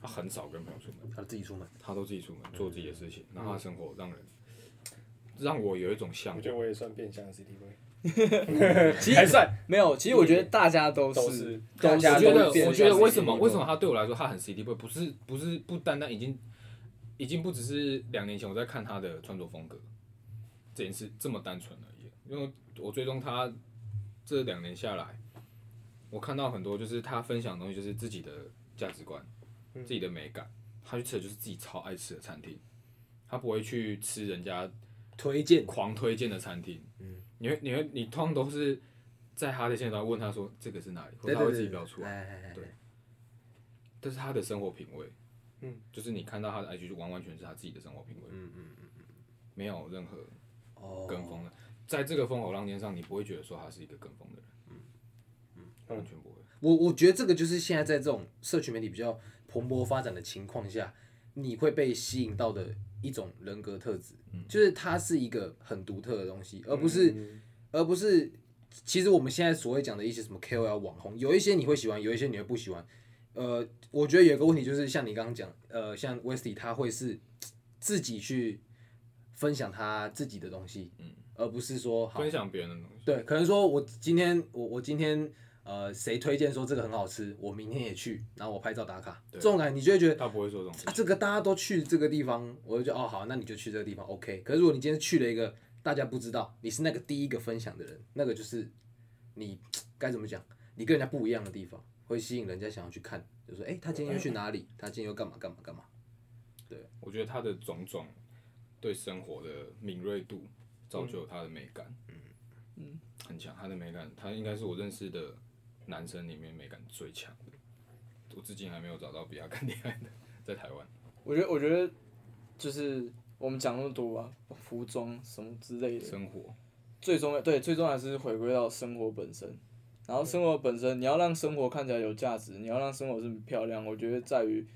[SPEAKER 1] 他很少跟朋友出门，
[SPEAKER 5] 他自己出门，
[SPEAKER 1] 他都自己出门做自己的事情，然后他生活让人让我有一种向
[SPEAKER 4] 我
[SPEAKER 1] 往
[SPEAKER 4] 觉。得我也算变相的 CD boy，
[SPEAKER 2] 其实
[SPEAKER 4] 还算
[SPEAKER 2] 没有，其实我觉得大家都
[SPEAKER 4] 都
[SPEAKER 2] 是
[SPEAKER 4] 是
[SPEAKER 2] 大
[SPEAKER 4] 大
[SPEAKER 2] 家
[SPEAKER 4] 家
[SPEAKER 1] 我觉
[SPEAKER 2] 都是
[SPEAKER 1] 得，
[SPEAKER 2] 变
[SPEAKER 1] 我觉得
[SPEAKER 2] 相
[SPEAKER 1] 为
[SPEAKER 2] 是
[SPEAKER 1] 什么
[SPEAKER 2] CD
[SPEAKER 1] 为什么他对我来说他很 CD boy，不是不是不单单已经已经不只是两年前我在看他的穿着风格这件事这么单纯而已，啊因为我追踪他这两年下来，我看到很多就是他分享的东西，就是自己的价值观、自己的美感，他去吃的就是自己超爱吃的餐厅，他不会去吃人家
[SPEAKER 5] 推荐
[SPEAKER 1] 狂推荐的餐厅，你会你会你通常都是在他的线上问他说这个是哪里，或者他会自己标出来。
[SPEAKER 5] 来，对，
[SPEAKER 1] 但是他的生活品味，
[SPEAKER 4] 嗯，
[SPEAKER 1] 就是你看到他的 IG 就完完全是他自己的生活品味，嗯嗯嗯没有任何
[SPEAKER 5] 哦
[SPEAKER 1] 跟风的，在这个风口浪尖上，你不会觉得说他是一个跟风的人，嗯嗯，完全不会。
[SPEAKER 5] 我我觉得这个就是现在在这种社群媒体比较蓬勃发展的情况下，你会被吸引到的一种人格特质，就是它是一个很独特的东西，而不是、而不是其实我们现在所谓讲的一些什么 KOL 网红，有一些你会喜欢，有一些你会不喜欢。呃，我觉得有一个问题就是像你刚刚讲，呃，像 Westy 他会是自己去分享他自己的东西，而不是说好
[SPEAKER 1] 分享别人的东西，
[SPEAKER 5] 对，可能说我今天我我今天呃谁推荐说这个很好吃，我明天也去，然后我拍照打卡，这种感觉你就会觉得
[SPEAKER 1] 他不会做这种事
[SPEAKER 5] 啊
[SPEAKER 1] 情。
[SPEAKER 5] 这个大家都去这个地方，我就觉得哦好，那你就去这个地方 OK。可是如果你今天去了一个大家不知道，你是那个第一个分享的人，那个就是你该怎么讲，你跟人家不一样的地方，会吸引人家想要去看，就说哎、他今天又去哪里，他今天又干嘛干嘛干嘛，
[SPEAKER 1] 我觉得他的种种对生活的敏锐度，造就了他的美感，嗯很强。他的美感，他应该是我认识的男生里面美感最强的。我至今还没有找到比他更厉害的，在台湾。
[SPEAKER 2] 我觉得，我觉得就是我们讲那么多啊，服装什么之类的，
[SPEAKER 1] 生活，
[SPEAKER 2] 最重要对，最重要还是回归到生活本身。然后生活本身，你要让生活看起来有价值，你要让生活是漂亮。我觉得在于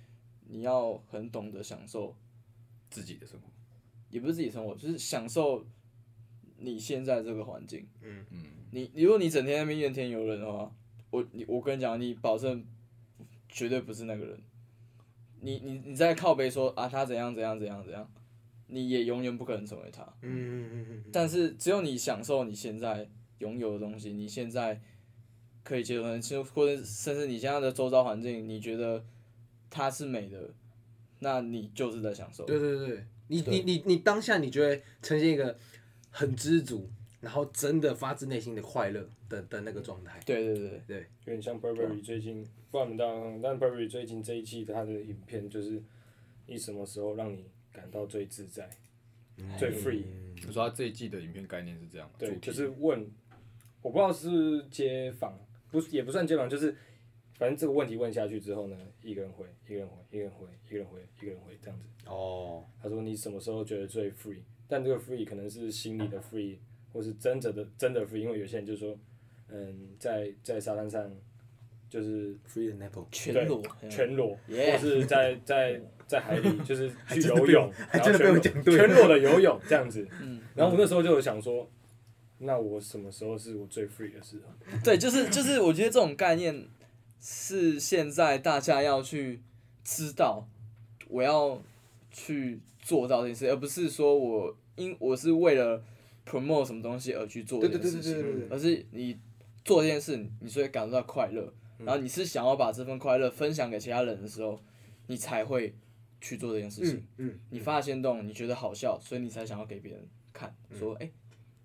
[SPEAKER 2] 你要很懂得享受，
[SPEAKER 1] 自己的生活。
[SPEAKER 2] 也不是自己生活，就是享受你现在这个环境。
[SPEAKER 1] 嗯，
[SPEAKER 2] 你如果你整天在那边怨天尤人的话，我你我跟你讲，你保证绝对不是那个人。你你你在靠背说啊他怎样怎样怎样怎样，你也永远不可能成为他。
[SPEAKER 5] 嗯嗯嗯
[SPEAKER 2] 但是只有你享受你现在拥有的东西，你现在可以接受的东西，就或者甚至你现在的周遭环境，你觉得它是美的，那你就是在享受。
[SPEAKER 5] 对对对，你你你你当下你就会呈现一个很知足，然后真的发自内心的快乐的的那个状态。
[SPEAKER 2] 对对对对，
[SPEAKER 4] 有点像 Burberry 最近，不然我们当然，但 Burberry 最近这一季它的影片就是，你什么时候让你感到最自在、
[SPEAKER 5] 哎
[SPEAKER 4] 最 free？
[SPEAKER 1] 我说他这一季的影片概念是这样嘛，主
[SPEAKER 4] 对，
[SPEAKER 1] 题
[SPEAKER 4] 就是问，我不知道是街访，不是也不算街访，就是反正这个问题问下去之后呢，一个人回，一个人回，一个人回，一个人回，一个人回这样子。
[SPEAKER 5] 哦，
[SPEAKER 4] 他说你什么时候觉得最 free？但这个 free 可能是心 里的 free，或是真正的真的 free，因为有些人就说，嗯，在在沙滩上就是
[SPEAKER 5] ，free the nipple，
[SPEAKER 2] 全裸，
[SPEAKER 5] 嗯
[SPEAKER 4] 全裸，
[SPEAKER 2] Yeah
[SPEAKER 4] 或是在在在海里，就是去
[SPEAKER 5] 真的
[SPEAKER 4] 游
[SPEAKER 5] 被我
[SPEAKER 4] 泳，
[SPEAKER 5] 还
[SPEAKER 4] 然
[SPEAKER 5] 真的被
[SPEAKER 4] 后全
[SPEAKER 5] 我
[SPEAKER 4] 裸
[SPEAKER 5] 讲对了嗯
[SPEAKER 4] 全裸的游泳这样子。然后我那时候就有想说，那我什么时候是我最 free 的时候？
[SPEAKER 2] 对，就是就是，我觉得这种概念是现在大家要去知道，我要去做到这件事，而不是说我因我是为了 promote 什么东西而去做这件事情，
[SPEAKER 5] 对
[SPEAKER 2] 而是你做这件事，你是会感受到快乐，
[SPEAKER 5] 嗯
[SPEAKER 2] 然后你是想要把这份快乐分享给其他人的时候，你才会去做这件事情。
[SPEAKER 5] 嗯嗯，
[SPEAKER 2] 你发现动，你觉得好笑，所以你才想要给别人看，说哎、诶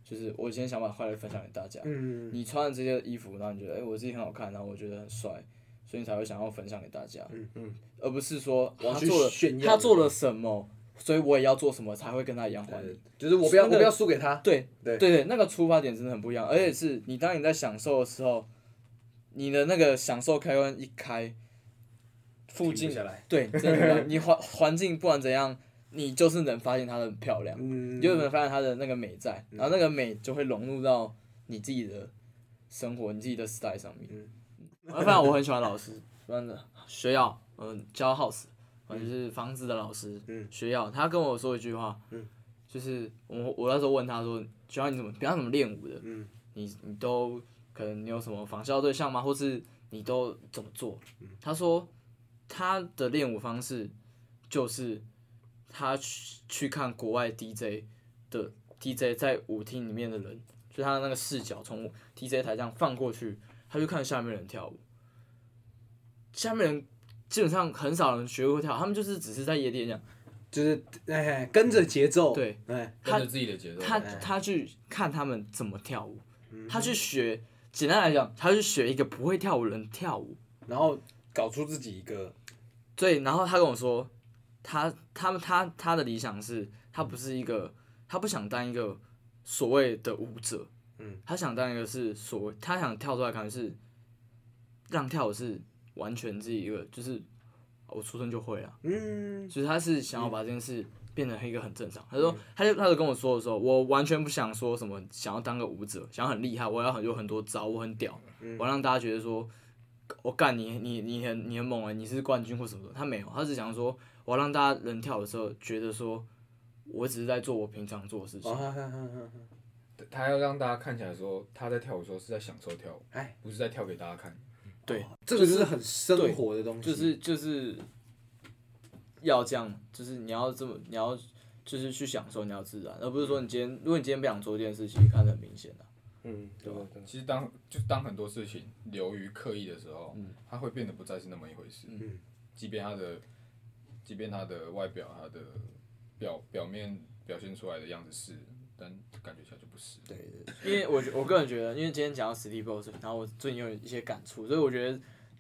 [SPEAKER 2] 就是我今天想把快乐分享给大家。
[SPEAKER 5] 嗯
[SPEAKER 2] 你穿了这些衣服，然后你觉得哎、诶我自己很好看，然后我觉得很帅，所以你才会想要分享给大家。嗯嗯，而不是说
[SPEAKER 5] 我要
[SPEAKER 2] 他
[SPEAKER 5] 去
[SPEAKER 2] 做了
[SPEAKER 5] 炫耀
[SPEAKER 2] 他做了什么，所以我也要做什么才会跟他一样欢迎。
[SPEAKER 5] 嗯就是我不要
[SPEAKER 2] 那
[SPEAKER 5] 我
[SPEAKER 2] 个
[SPEAKER 5] 不要输给他。
[SPEAKER 2] 对
[SPEAKER 5] 对
[SPEAKER 2] 对对，那个出发点真的很不一样，而且是你当你在享受的时候，你的那个享受开关一开，附近
[SPEAKER 4] 停不下来
[SPEAKER 2] 对，真的你环环境不管怎样，你就是能发现它的很漂亮，
[SPEAKER 5] 嗯
[SPEAKER 2] 你就能发现它的那个美在，然后那个美就会融入到你自己的生活、你自己的时代上面。我发现我很喜欢老师，真的学耀，嗯，教 house，反正就是房子的老师，嗯，学耀，他跟我说一句话，就是我我那时候问他说，学校你怎么平常怎么练舞的？你你都可能你有什么仿效对象吗？或是你都怎么做？他说他的练舞方式就是他去去看国外 DJ 的 DJ 在舞厅里面的人，就他的那个视角从 DJ 台这样放过去，他就看下面人跳舞。下面人基本上很少人学会跳，他们就是只是在夜店这样。
[SPEAKER 5] 就是哎跟着节奏，
[SPEAKER 2] 对，
[SPEAKER 5] 哎，
[SPEAKER 2] 他
[SPEAKER 1] 跟着自己的节奏，
[SPEAKER 2] 他他去看他们怎么跳舞，他去学。简单来讲，他去学一个不会跳舞的人跳舞。
[SPEAKER 5] 然后搞出自己一个
[SPEAKER 2] 对，然后他跟我说，他他们他他的理想是，他不是一个，他不想当一个所谓的舞者，嗯，他想当一个是所谓，他想跳出来，可能是让跳舞是完全自己一个，就是我出生就会啊，
[SPEAKER 5] 嗯，
[SPEAKER 2] 就是他是想要把这件事变成一个很正常。他说，他就他就跟我说的时候，我完全不想说什么想要当个舞者，想要很厉害，我要很有很多招，我很屌，我要让大家觉得说，我干你你你很你很猛啊、你是冠军或什么的。他没有，他只想说，我要让大家人跳的时候觉得说，我只是在做我平常做的事情。
[SPEAKER 5] 啊哈哈哈哈哈
[SPEAKER 1] 他要让大家看起来说他在跳舞的时候是在享受跳舞，
[SPEAKER 5] 哎，
[SPEAKER 1] 不是在跳给大家看。
[SPEAKER 2] 对，
[SPEAKER 5] 这个就是很生活的东西，
[SPEAKER 2] 就是就是要这样，就是你要这么，你要就是去享受，你要自然，而不是说你今天，如果你今天不想做这件事情，看得很明显啊。
[SPEAKER 4] 嗯，对吧？
[SPEAKER 1] 其实当就当很多事情流于刻意的时候，它会变得不再是那么一回事。
[SPEAKER 5] 嗯
[SPEAKER 1] 即便他的，即便他的外表、他的表表面表现出来的样子是，但感觉起来就不是。对，
[SPEAKER 2] 因为我觉我个人觉得，因为今天讲到 City Boy 这然后我最近有一些感触，所以我觉得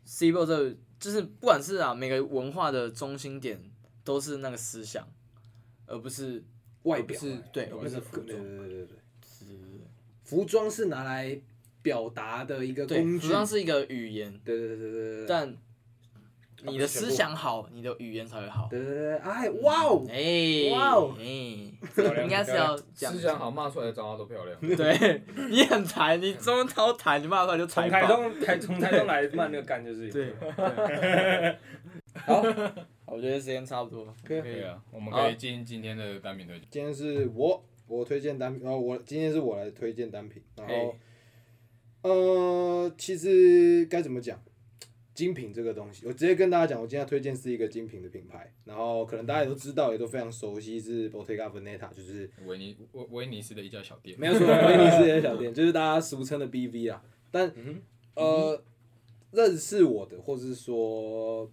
[SPEAKER 2] City Boy 这就是不管是啊每个文化的中心点都是那个思想，而不是
[SPEAKER 5] 外表
[SPEAKER 2] 而不是对，而
[SPEAKER 5] 对
[SPEAKER 2] 不是服
[SPEAKER 5] 对对
[SPEAKER 2] 装。
[SPEAKER 5] 对对对，
[SPEAKER 2] 是
[SPEAKER 5] 服装是拿来表达的一个
[SPEAKER 2] 对，
[SPEAKER 5] 工具
[SPEAKER 2] 服，装是一个语言，
[SPEAKER 5] 对对对对对对对
[SPEAKER 2] 但你的思想好，你的语言才会好。
[SPEAKER 5] 对对对，哎，哇哦，
[SPEAKER 2] 哎，
[SPEAKER 5] 哇哦
[SPEAKER 2] 哎，
[SPEAKER 4] 漂亮
[SPEAKER 2] 应该是要讲
[SPEAKER 1] 思想好，骂出来的脏话都漂亮。
[SPEAKER 2] 对，啊你很抬，你中超抬，你骂出来就抬
[SPEAKER 4] 从台
[SPEAKER 2] 爆。
[SPEAKER 4] 东台从台东来慢那个干就是有
[SPEAKER 2] 对，好，我觉得时间差不多了。
[SPEAKER 5] 可以
[SPEAKER 1] 对啊，我们
[SPEAKER 2] 好
[SPEAKER 1] 可以进今天的单品推荐。
[SPEAKER 5] 今天是我我推荐单品，然后我今天是我来推荐单品，然后呃，其实该怎么讲，精品这个东西，我直接跟大家讲，我今天要推荐是一个精品的品牌，然后可能大家也都知道，也都非常熟悉，是 Bottega Veneta，就是
[SPEAKER 1] 维尼维维尼斯的一家小店，
[SPEAKER 5] 没有说 威尼斯的小 店，就是大家俗称的 BV 啦。但、呃，认识我的或者是说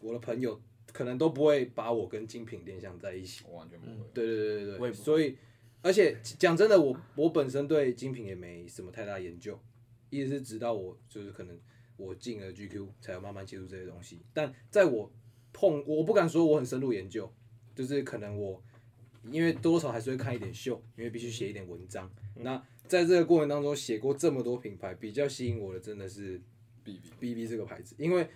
[SPEAKER 5] 我的朋友，可能都不会把我跟精品联想在一起。
[SPEAKER 1] 我完全不会。
[SPEAKER 5] 对对对对
[SPEAKER 2] 我
[SPEAKER 5] 对，
[SPEAKER 2] 也不会
[SPEAKER 5] 所以而且讲真的，我我本身对精品也没什么太大研究，一直是直到我就是可能我进了 GQ 才有慢慢接触这些东西。但在我碰，我不敢说我很深入研究，就是可能我因为多少还是会看一点秀，因为必须写一点文章。
[SPEAKER 2] 嗯
[SPEAKER 5] 那在这个过程当中，写过这么多品牌，比较吸引我的真的是
[SPEAKER 1] B B，
[SPEAKER 5] BB 这个牌子，因为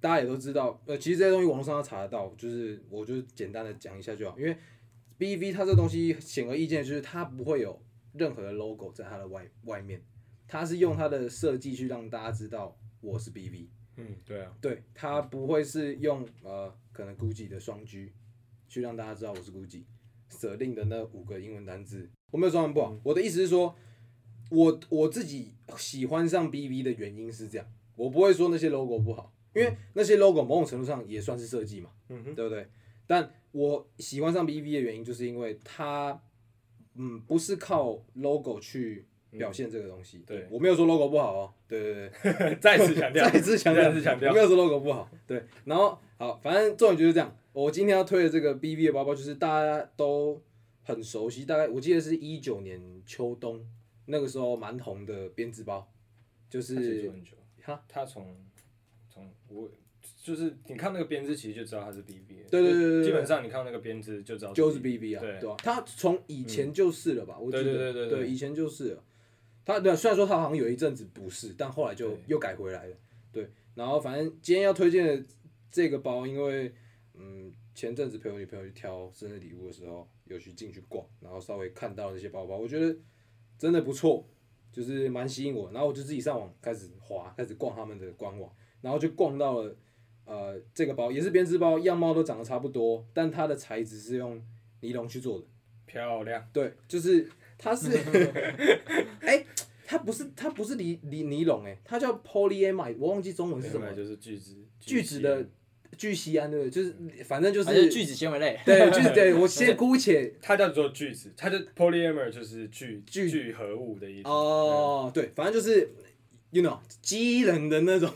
[SPEAKER 5] 大家也都知道，呃，其实这些东西网络上要查得到，就是我就简单的讲一下就好，因为 BB 它这东西显而易见，就是它不会有任何的 logo 在它的外外面，它是用它的设计去让大家知道我是 BB，
[SPEAKER 4] 嗯，对 啊，
[SPEAKER 5] 对，它不会是用呃可能 GUCCI 的双 G 去让大家知道我是 GUCCI，舍令的那五个英文单字，我没有装的不
[SPEAKER 4] 嗯
[SPEAKER 5] 好，我的意思是说，我我自己喜欢上 BB 的原因是这样，我不会说那些 logo 不好，因为那些 logo 某种程度上也算是设计嘛，
[SPEAKER 4] 嗯哼
[SPEAKER 5] 对不对？但我喜欢上 BB 的原因就是因为它，嗯，不是靠 logo 去表现这个东西，
[SPEAKER 4] 嗯对
[SPEAKER 5] 我没有说 logo 不好哦，对对对。
[SPEAKER 4] 再次强调，
[SPEAKER 5] 再次强调，
[SPEAKER 4] 再次强调
[SPEAKER 5] 我没，有说 logo 不好，对。然后好，反正重点就是这样。我今天要推的这个 BV 的包包，就是大家都很熟悉，大概我记得是一九年秋冬那个时候蛮红的编织包，就
[SPEAKER 4] 他其实
[SPEAKER 5] 是
[SPEAKER 4] 做很久
[SPEAKER 5] 哈，
[SPEAKER 4] 他从从我就是你看那个编织，其实就知道他是 BB 了。
[SPEAKER 5] 对对对对对
[SPEAKER 4] 基本上你看那个编织就知道
[SPEAKER 5] 就是
[SPEAKER 4] BB
[SPEAKER 5] BV 啊，
[SPEAKER 4] 对嗯
[SPEAKER 5] 对吧、它从以前就是了吧，我记得
[SPEAKER 4] 对对对对对
[SPEAKER 5] 以前就是了。它对啊、虽然说它好像有一阵子不是，但后来就
[SPEAKER 4] 对
[SPEAKER 5] 又改回来了。对，然后反正今天要推荐的这个包，因为嗯，前阵子陪我女朋友去挑生日礼物的时候，有去进去逛，然后稍微看到这些包包，我觉得真的不错，就是蛮吸引我。然后我就自己上网开始滑，开始逛他们的官网，然后就逛到了呃这个包，也是编织包，样貌都长得差不多，但它的材质是用尼龙去做的。
[SPEAKER 4] 漂亮，
[SPEAKER 5] 对，就是它是，哎、它它不是它不是尼尼尼龙哎，它叫 polyamide，我忘记中文是什么
[SPEAKER 4] 本来，就是聚酯，
[SPEAKER 5] 聚酯的聚酰胺对不对？就是反正就
[SPEAKER 2] 还是
[SPEAKER 5] 是
[SPEAKER 2] 聚酯纤维 类。
[SPEAKER 5] 对聚对，我先姑且
[SPEAKER 4] 它叫做聚酯，它就 polymer 就是聚
[SPEAKER 5] 聚
[SPEAKER 4] 聚合物的意思。
[SPEAKER 5] 哦，对，反正就是，you know，机人的那种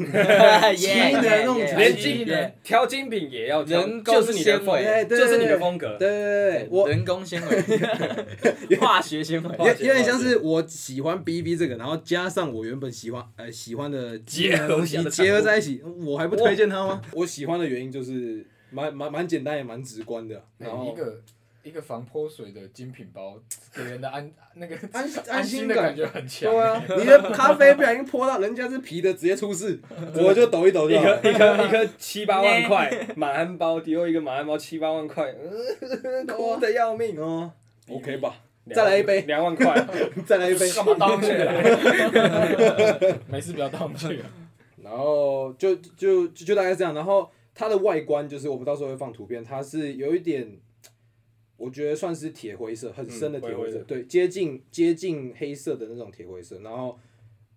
[SPEAKER 5] 机
[SPEAKER 2] 耶
[SPEAKER 5] 能那种
[SPEAKER 2] 耶耶
[SPEAKER 5] 才
[SPEAKER 4] 连
[SPEAKER 5] 技
[SPEAKER 4] 精品挑精品也要挑
[SPEAKER 2] 人，工
[SPEAKER 4] 就是你的
[SPEAKER 2] 纤维
[SPEAKER 5] 哎
[SPEAKER 4] 风，
[SPEAKER 5] 对
[SPEAKER 4] 就是你的风格
[SPEAKER 5] 对对。对对，我
[SPEAKER 2] 人工纤维， 化学纤维，
[SPEAKER 5] 有有点像是我喜欢 B B 这个，然后加上我原本喜欢呃喜欢的
[SPEAKER 4] 结合
[SPEAKER 5] 东西
[SPEAKER 4] 下的产物
[SPEAKER 5] 结合在一起，我还不推荐它吗？ 我喜欢的原因就是蛮蛮蛮简单也蛮直观的，啊然
[SPEAKER 1] 一
[SPEAKER 5] 后
[SPEAKER 1] 个一个防泼水的精品包，给人的安那个
[SPEAKER 5] 安
[SPEAKER 1] 安
[SPEAKER 5] 安心
[SPEAKER 1] 的
[SPEAKER 5] 感
[SPEAKER 1] 感。觉很强。
[SPEAKER 5] 对 啊，你的咖啡不小心泼到人家是皮的，直接出事， 我就抖一抖
[SPEAKER 4] 一
[SPEAKER 5] 就好了。
[SPEAKER 4] 颗一 颗一颗七八万块马汉包，迪奥一个马汉包七八万块，嗯 哭的要命。
[SPEAKER 5] 哦，OK 吧，
[SPEAKER 4] 两
[SPEAKER 5] 再来一杯
[SPEAKER 4] 两万块，
[SPEAKER 5] 再来一杯。
[SPEAKER 1] 干嘛倒进去啊？ 没事，不要倒进去啊。
[SPEAKER 5] 然后就就就就大概是这样。然后它的外观就是我们到时候会放图片，它是有一点，我觉得算是铁灰色，很深的铁
[SPEAKER 4] 嗯
[SPEAKER 5] 灰
[SPEAKER 4] 灰
[SPEAKER 5] 色，
[SPEAKER 4] 灰的
[SPEAKER 5] 对，接近接近黑色的那种铁灰色。然后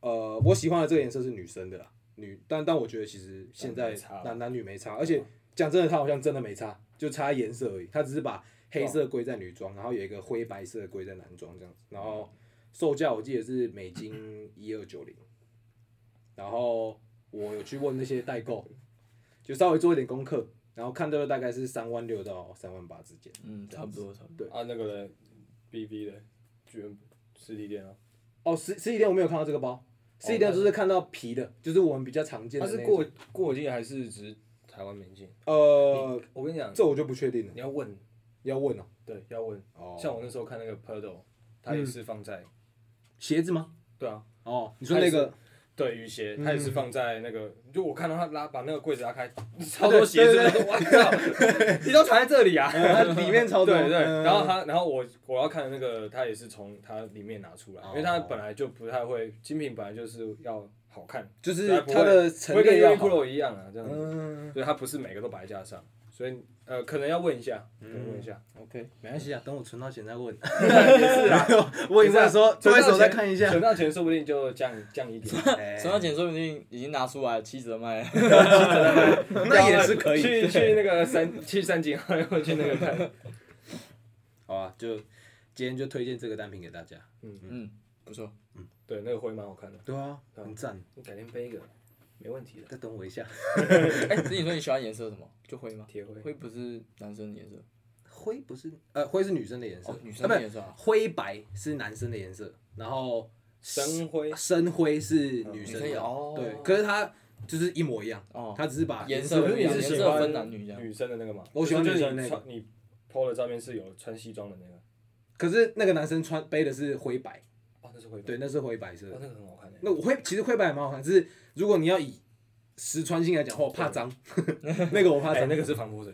[SPEAKER 5] 呃，我喜欢的这个颜色是女生的啦，女，但但我觉得其实现
[SPEAKER 4] 但
[SPEAKER 5] 在
[SPEAKER 4] 没差啊
[SPEAKER 5] 男男女没差，而且讲真的，它好像真的没差，就差颜色而已，它只是把
[SPEAKER 4] 哦
[SPEAKER 5] 黑色归在女装，然后有一个灰白色归在男装这样子，然后
[SPEAKER 4] 嗯
[SPEAKER 5] 售价我记得是美金一二九零，然后我有去问那些代购，就稍微做一点功课，然后看到的大概是三万六到三万八之间，
[SPEAKER 2] 嗯，差不多，差不多。
[SPEAKER 4] 啊那个人 B B 的居然实体 店啊，
[SPEAKER 5] 哦，实实体店我没有看到这个包，实体店就是看到皮的，就是我们比较常见的
[SPEAKER 4] 他
[SPEAKER 5] 那种，
[SPEAKER 4] 哦是过过境还是只是台湾免境？
[SPEAKER 5] 呃，
[SPEAKER 4] 我跟你讲，
[SPEAKER 5] 这我就不确定了，
[SPEAKER 4] 你要问，
[SPEAKER 5] 要问哦。
[SPEAKER 4] 对，要问。
[SPEAKER 5] 哦
[SPEAKER 4] 像我那时候看那个 Purdo，它也是放在，
[SPEAKER 5] 鞋子吗？
[SPEAKER 4] 嗯对啊，
[SPEAKER 5] 哦，你说那个
[SPEAKER 4] 对雨鞋，
[SPEAKER 5] 嗯
[SPEAKER 4] 它也是放在那个，就我看到他拉把那个柜子 拉开，
[SPEAKER 5] 啊
[SPEAKER 4] 超
[SPEAKER 5] 对
[SPEAKER 4] 多鞋子，
[SPEAKER 5] 对
[SPEAKER 4] 我说哇靠， 你都藏在这里啊？
[SPEAKER 5] 呃它里面 超多，
[SPEAKER 4] 对对，
[SPEAKER 5] 嗯
[SPEAKER 4] 然后他，然后我我要看的那个，他也是从他里面拿出
[SPEAKER 5] 哦
[SPEAKER 4] 来，因为他本来就不太会，精品本来就是要好看，
[SPEAKER 5] 就是
[SPEAKER 4] 所以它不会
[SPEAKER 5] 它的
[SPEAKER 4] 不
[SPEAKER 5] 陈
[SPEAKER 4] 会跟
[SPEAKER 5] 列要
[SPEAKER 4] Uniqlo 一样啊，这样子，
[SPEAKER 5] 嗯
[SPEAKER 4] 所以它不是每个都摆在架上，所以呃，可能要问一下，
[SPEAKER 5] 嗯
[SPEAKER 4] 可能问一 下，
[SPEAKER 5] ，OK，没关系啊，等我存到钱再问。
[SPEAKER 4] 也是 啊，
[SPEAKER 5] 问一
[SPEAKER 4] 不是啊
[SPEAKER 5] 问说，
[SPEAKER 4] 存
[SPEAKER 5] 左
[SPEAKER 4] 到
[SPEAKER 5] 一手再
[SPEAKER 4] 钱
[SPEAKER 5] 看一下
[SPEAKER 4] 存。到钱说不定就降降一点，
[SPEAKER 5] 哎
[SPEAKER 2] 手上钱说不定已经拿出来七折 卖了，
[SPEAKER 5] 那也是可以。
[SPEAKER 4] 去去那个三去三井， 然后去那个看。
[SPEAKER 5] 好啊，就今天就推荐这个单品给大家。
[SPEAKER 2] 嗯，不错，
[SPEAKER 4] 对，那个灰蛮好看的，
[SPEAKER 5] 对啊，
[SPEAKER 4] 对啊
[SPEAKER 5] 很赞。
[SPEAKER 4] 你改天背一个，没问题的。
[SPEAKER 5] 再等我一下。
[SPEAKER 2] 哎，所以你说你喜欢颜色什么？就灰吗？
[SPEAKER 4] 铁灰
[SPEAKER 2] 灰不是男生的颜色，
[SPEAKER 5] 灰不是呃，灰是女生的颜色
[SPEAKER 2] 哦，女生的
[SPEAKER 5] 啊不是
[SPEAKER 2] 颜色啊
[SPEAKER 5] 灰白是男生的颜色，然后
[SPEAKER 4] 深灰
[SPEAKER 5] 深灰是女
[SPEAKER 2] 女
[SPEAKER 5] 生
[SPEAKER 2] 生
[SPEAKER 5] 的。
[SPEAKER 2] 有哦
[SPEAKER 5] 对，可是它就是一模一样，
[SPEAKER 2] 哦
[SPEAKER 5] 它只是把
[SPEAKER 2] 颜色不一样，颜
[SPEAKER 4] 可是你是
[SPEAKER 2] 色分男女这样。
[SPEAKER 4] 女生的那个嘛，
[SPEAKER 5] 我喜欢
[SPEAKER 4] 就是
[SPEAKER 5] 女生的
[SPEAKER 4] 你
[SPEAKER 5] 那个
[SPEAKER 4] 穿你 PO 的照片是有穿西装的那个，
[SPEAKER 5] 可是那个男生穿背的是灰白，
[SPEAKER 4] 哦，那是灰白，
[SPEAKER 5] 对，那是灰白色
[SPEAKER 4] 哦，
[SPEAKER 5] 的。
[SPEAKER 4] 那个很好看的。
[SPEAKER 5] 那我灰其实灰白也蛮好看，只是如果你要以实穿性来讲，话，我怕脏，那个我怕
[SPEAKER 4] 哎，
[SPEAKER 5] 脏，
[SPEAKER 4] 那个是防 泼水，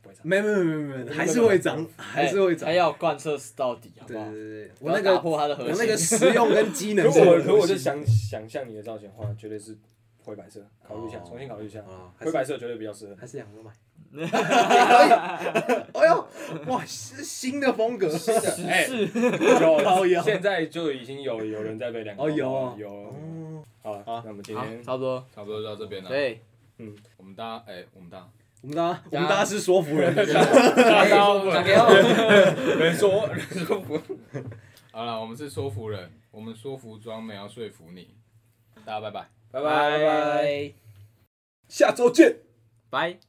[SPEAKER 4] 不会脏。
[SPEAKER 5] 没没没没没，还是会长，还是会长
[SPEAKER 2] 哎他。要贯彻到底，好
[SPEAKER 5] 对
[SPEAKER 2] 不好
[SPEAKER 5] 对？对对，
[SPEAKER 2] 不
[SPEAKER 5] 我
[SPEAKER 2] 要
[SPEAKER 5] 那个
[SPEAKER 2] 打破他的
[SPEAKER 5] 我
[SPEAKER 2] 核
[SPEAKER 5] 那个
[SPEAKER 2] 心
[SPEAKER 5] 实用跟机能
[SPEAKER 4] 如
[SPEAKER 5] 是
[SPEAKER 4] 果
[SPEAKER 5] 我
[SPEAKER 4] 我
[SPEAKER 5] 的核心，
[SPEAKER 4] 如果就想想象你的造型的话，绝对是灰白色，考虑一下，
[SPEAKER 5] 哦
[SPEAKER 4] 重新考虑一下，
[SPEAKER 5] 啊，还
[SPEAKER 4] 灰
[SPEAKER 5] 是
[SPEAKER 4] 白色绝对比较适合
[SPEAKER 5] 还。是两个买。哎呦，哇，是新的风格，
[SPEAKER 4] 哎，
[SPEAKER 5] 好
[SPEAKER 4] 有
[SPEAKER 5] 有
[SPEAKER 4] 现在就已经有有人在背两个
[SPEAKER 5] 哦有哦
[SPEAKER 4] 有，好了，那我们今
[SPEAKER 2] 好，
[SPEAKER 4] 天
[SPEAKER 2] 差不多。
[SPEAKER 1] 差不多就到这边了。，
[SPEAKER 2] 对，
[SPEAKER 1] 我们大家，哎，我们 大家，
[SPEAKER 5] 我们大家我们大家是说服人，
[SPEAKER 1] 大家 都
[SPEAKER 2] 讲给我，
[SPEAKER 4] 人说人说不
[SPEAKER 1] 好了，我们是说服人，我们说服装美要说服你，大家拜拜。
[SPEAKER 4] 拜拜
[SPEAKER 2] 拜
[SPEAKER 4] 拜拜。
[SPEAKER 2] 拜
[SPEAKER 5] 下周见。
[SPEAKER 2] 拜。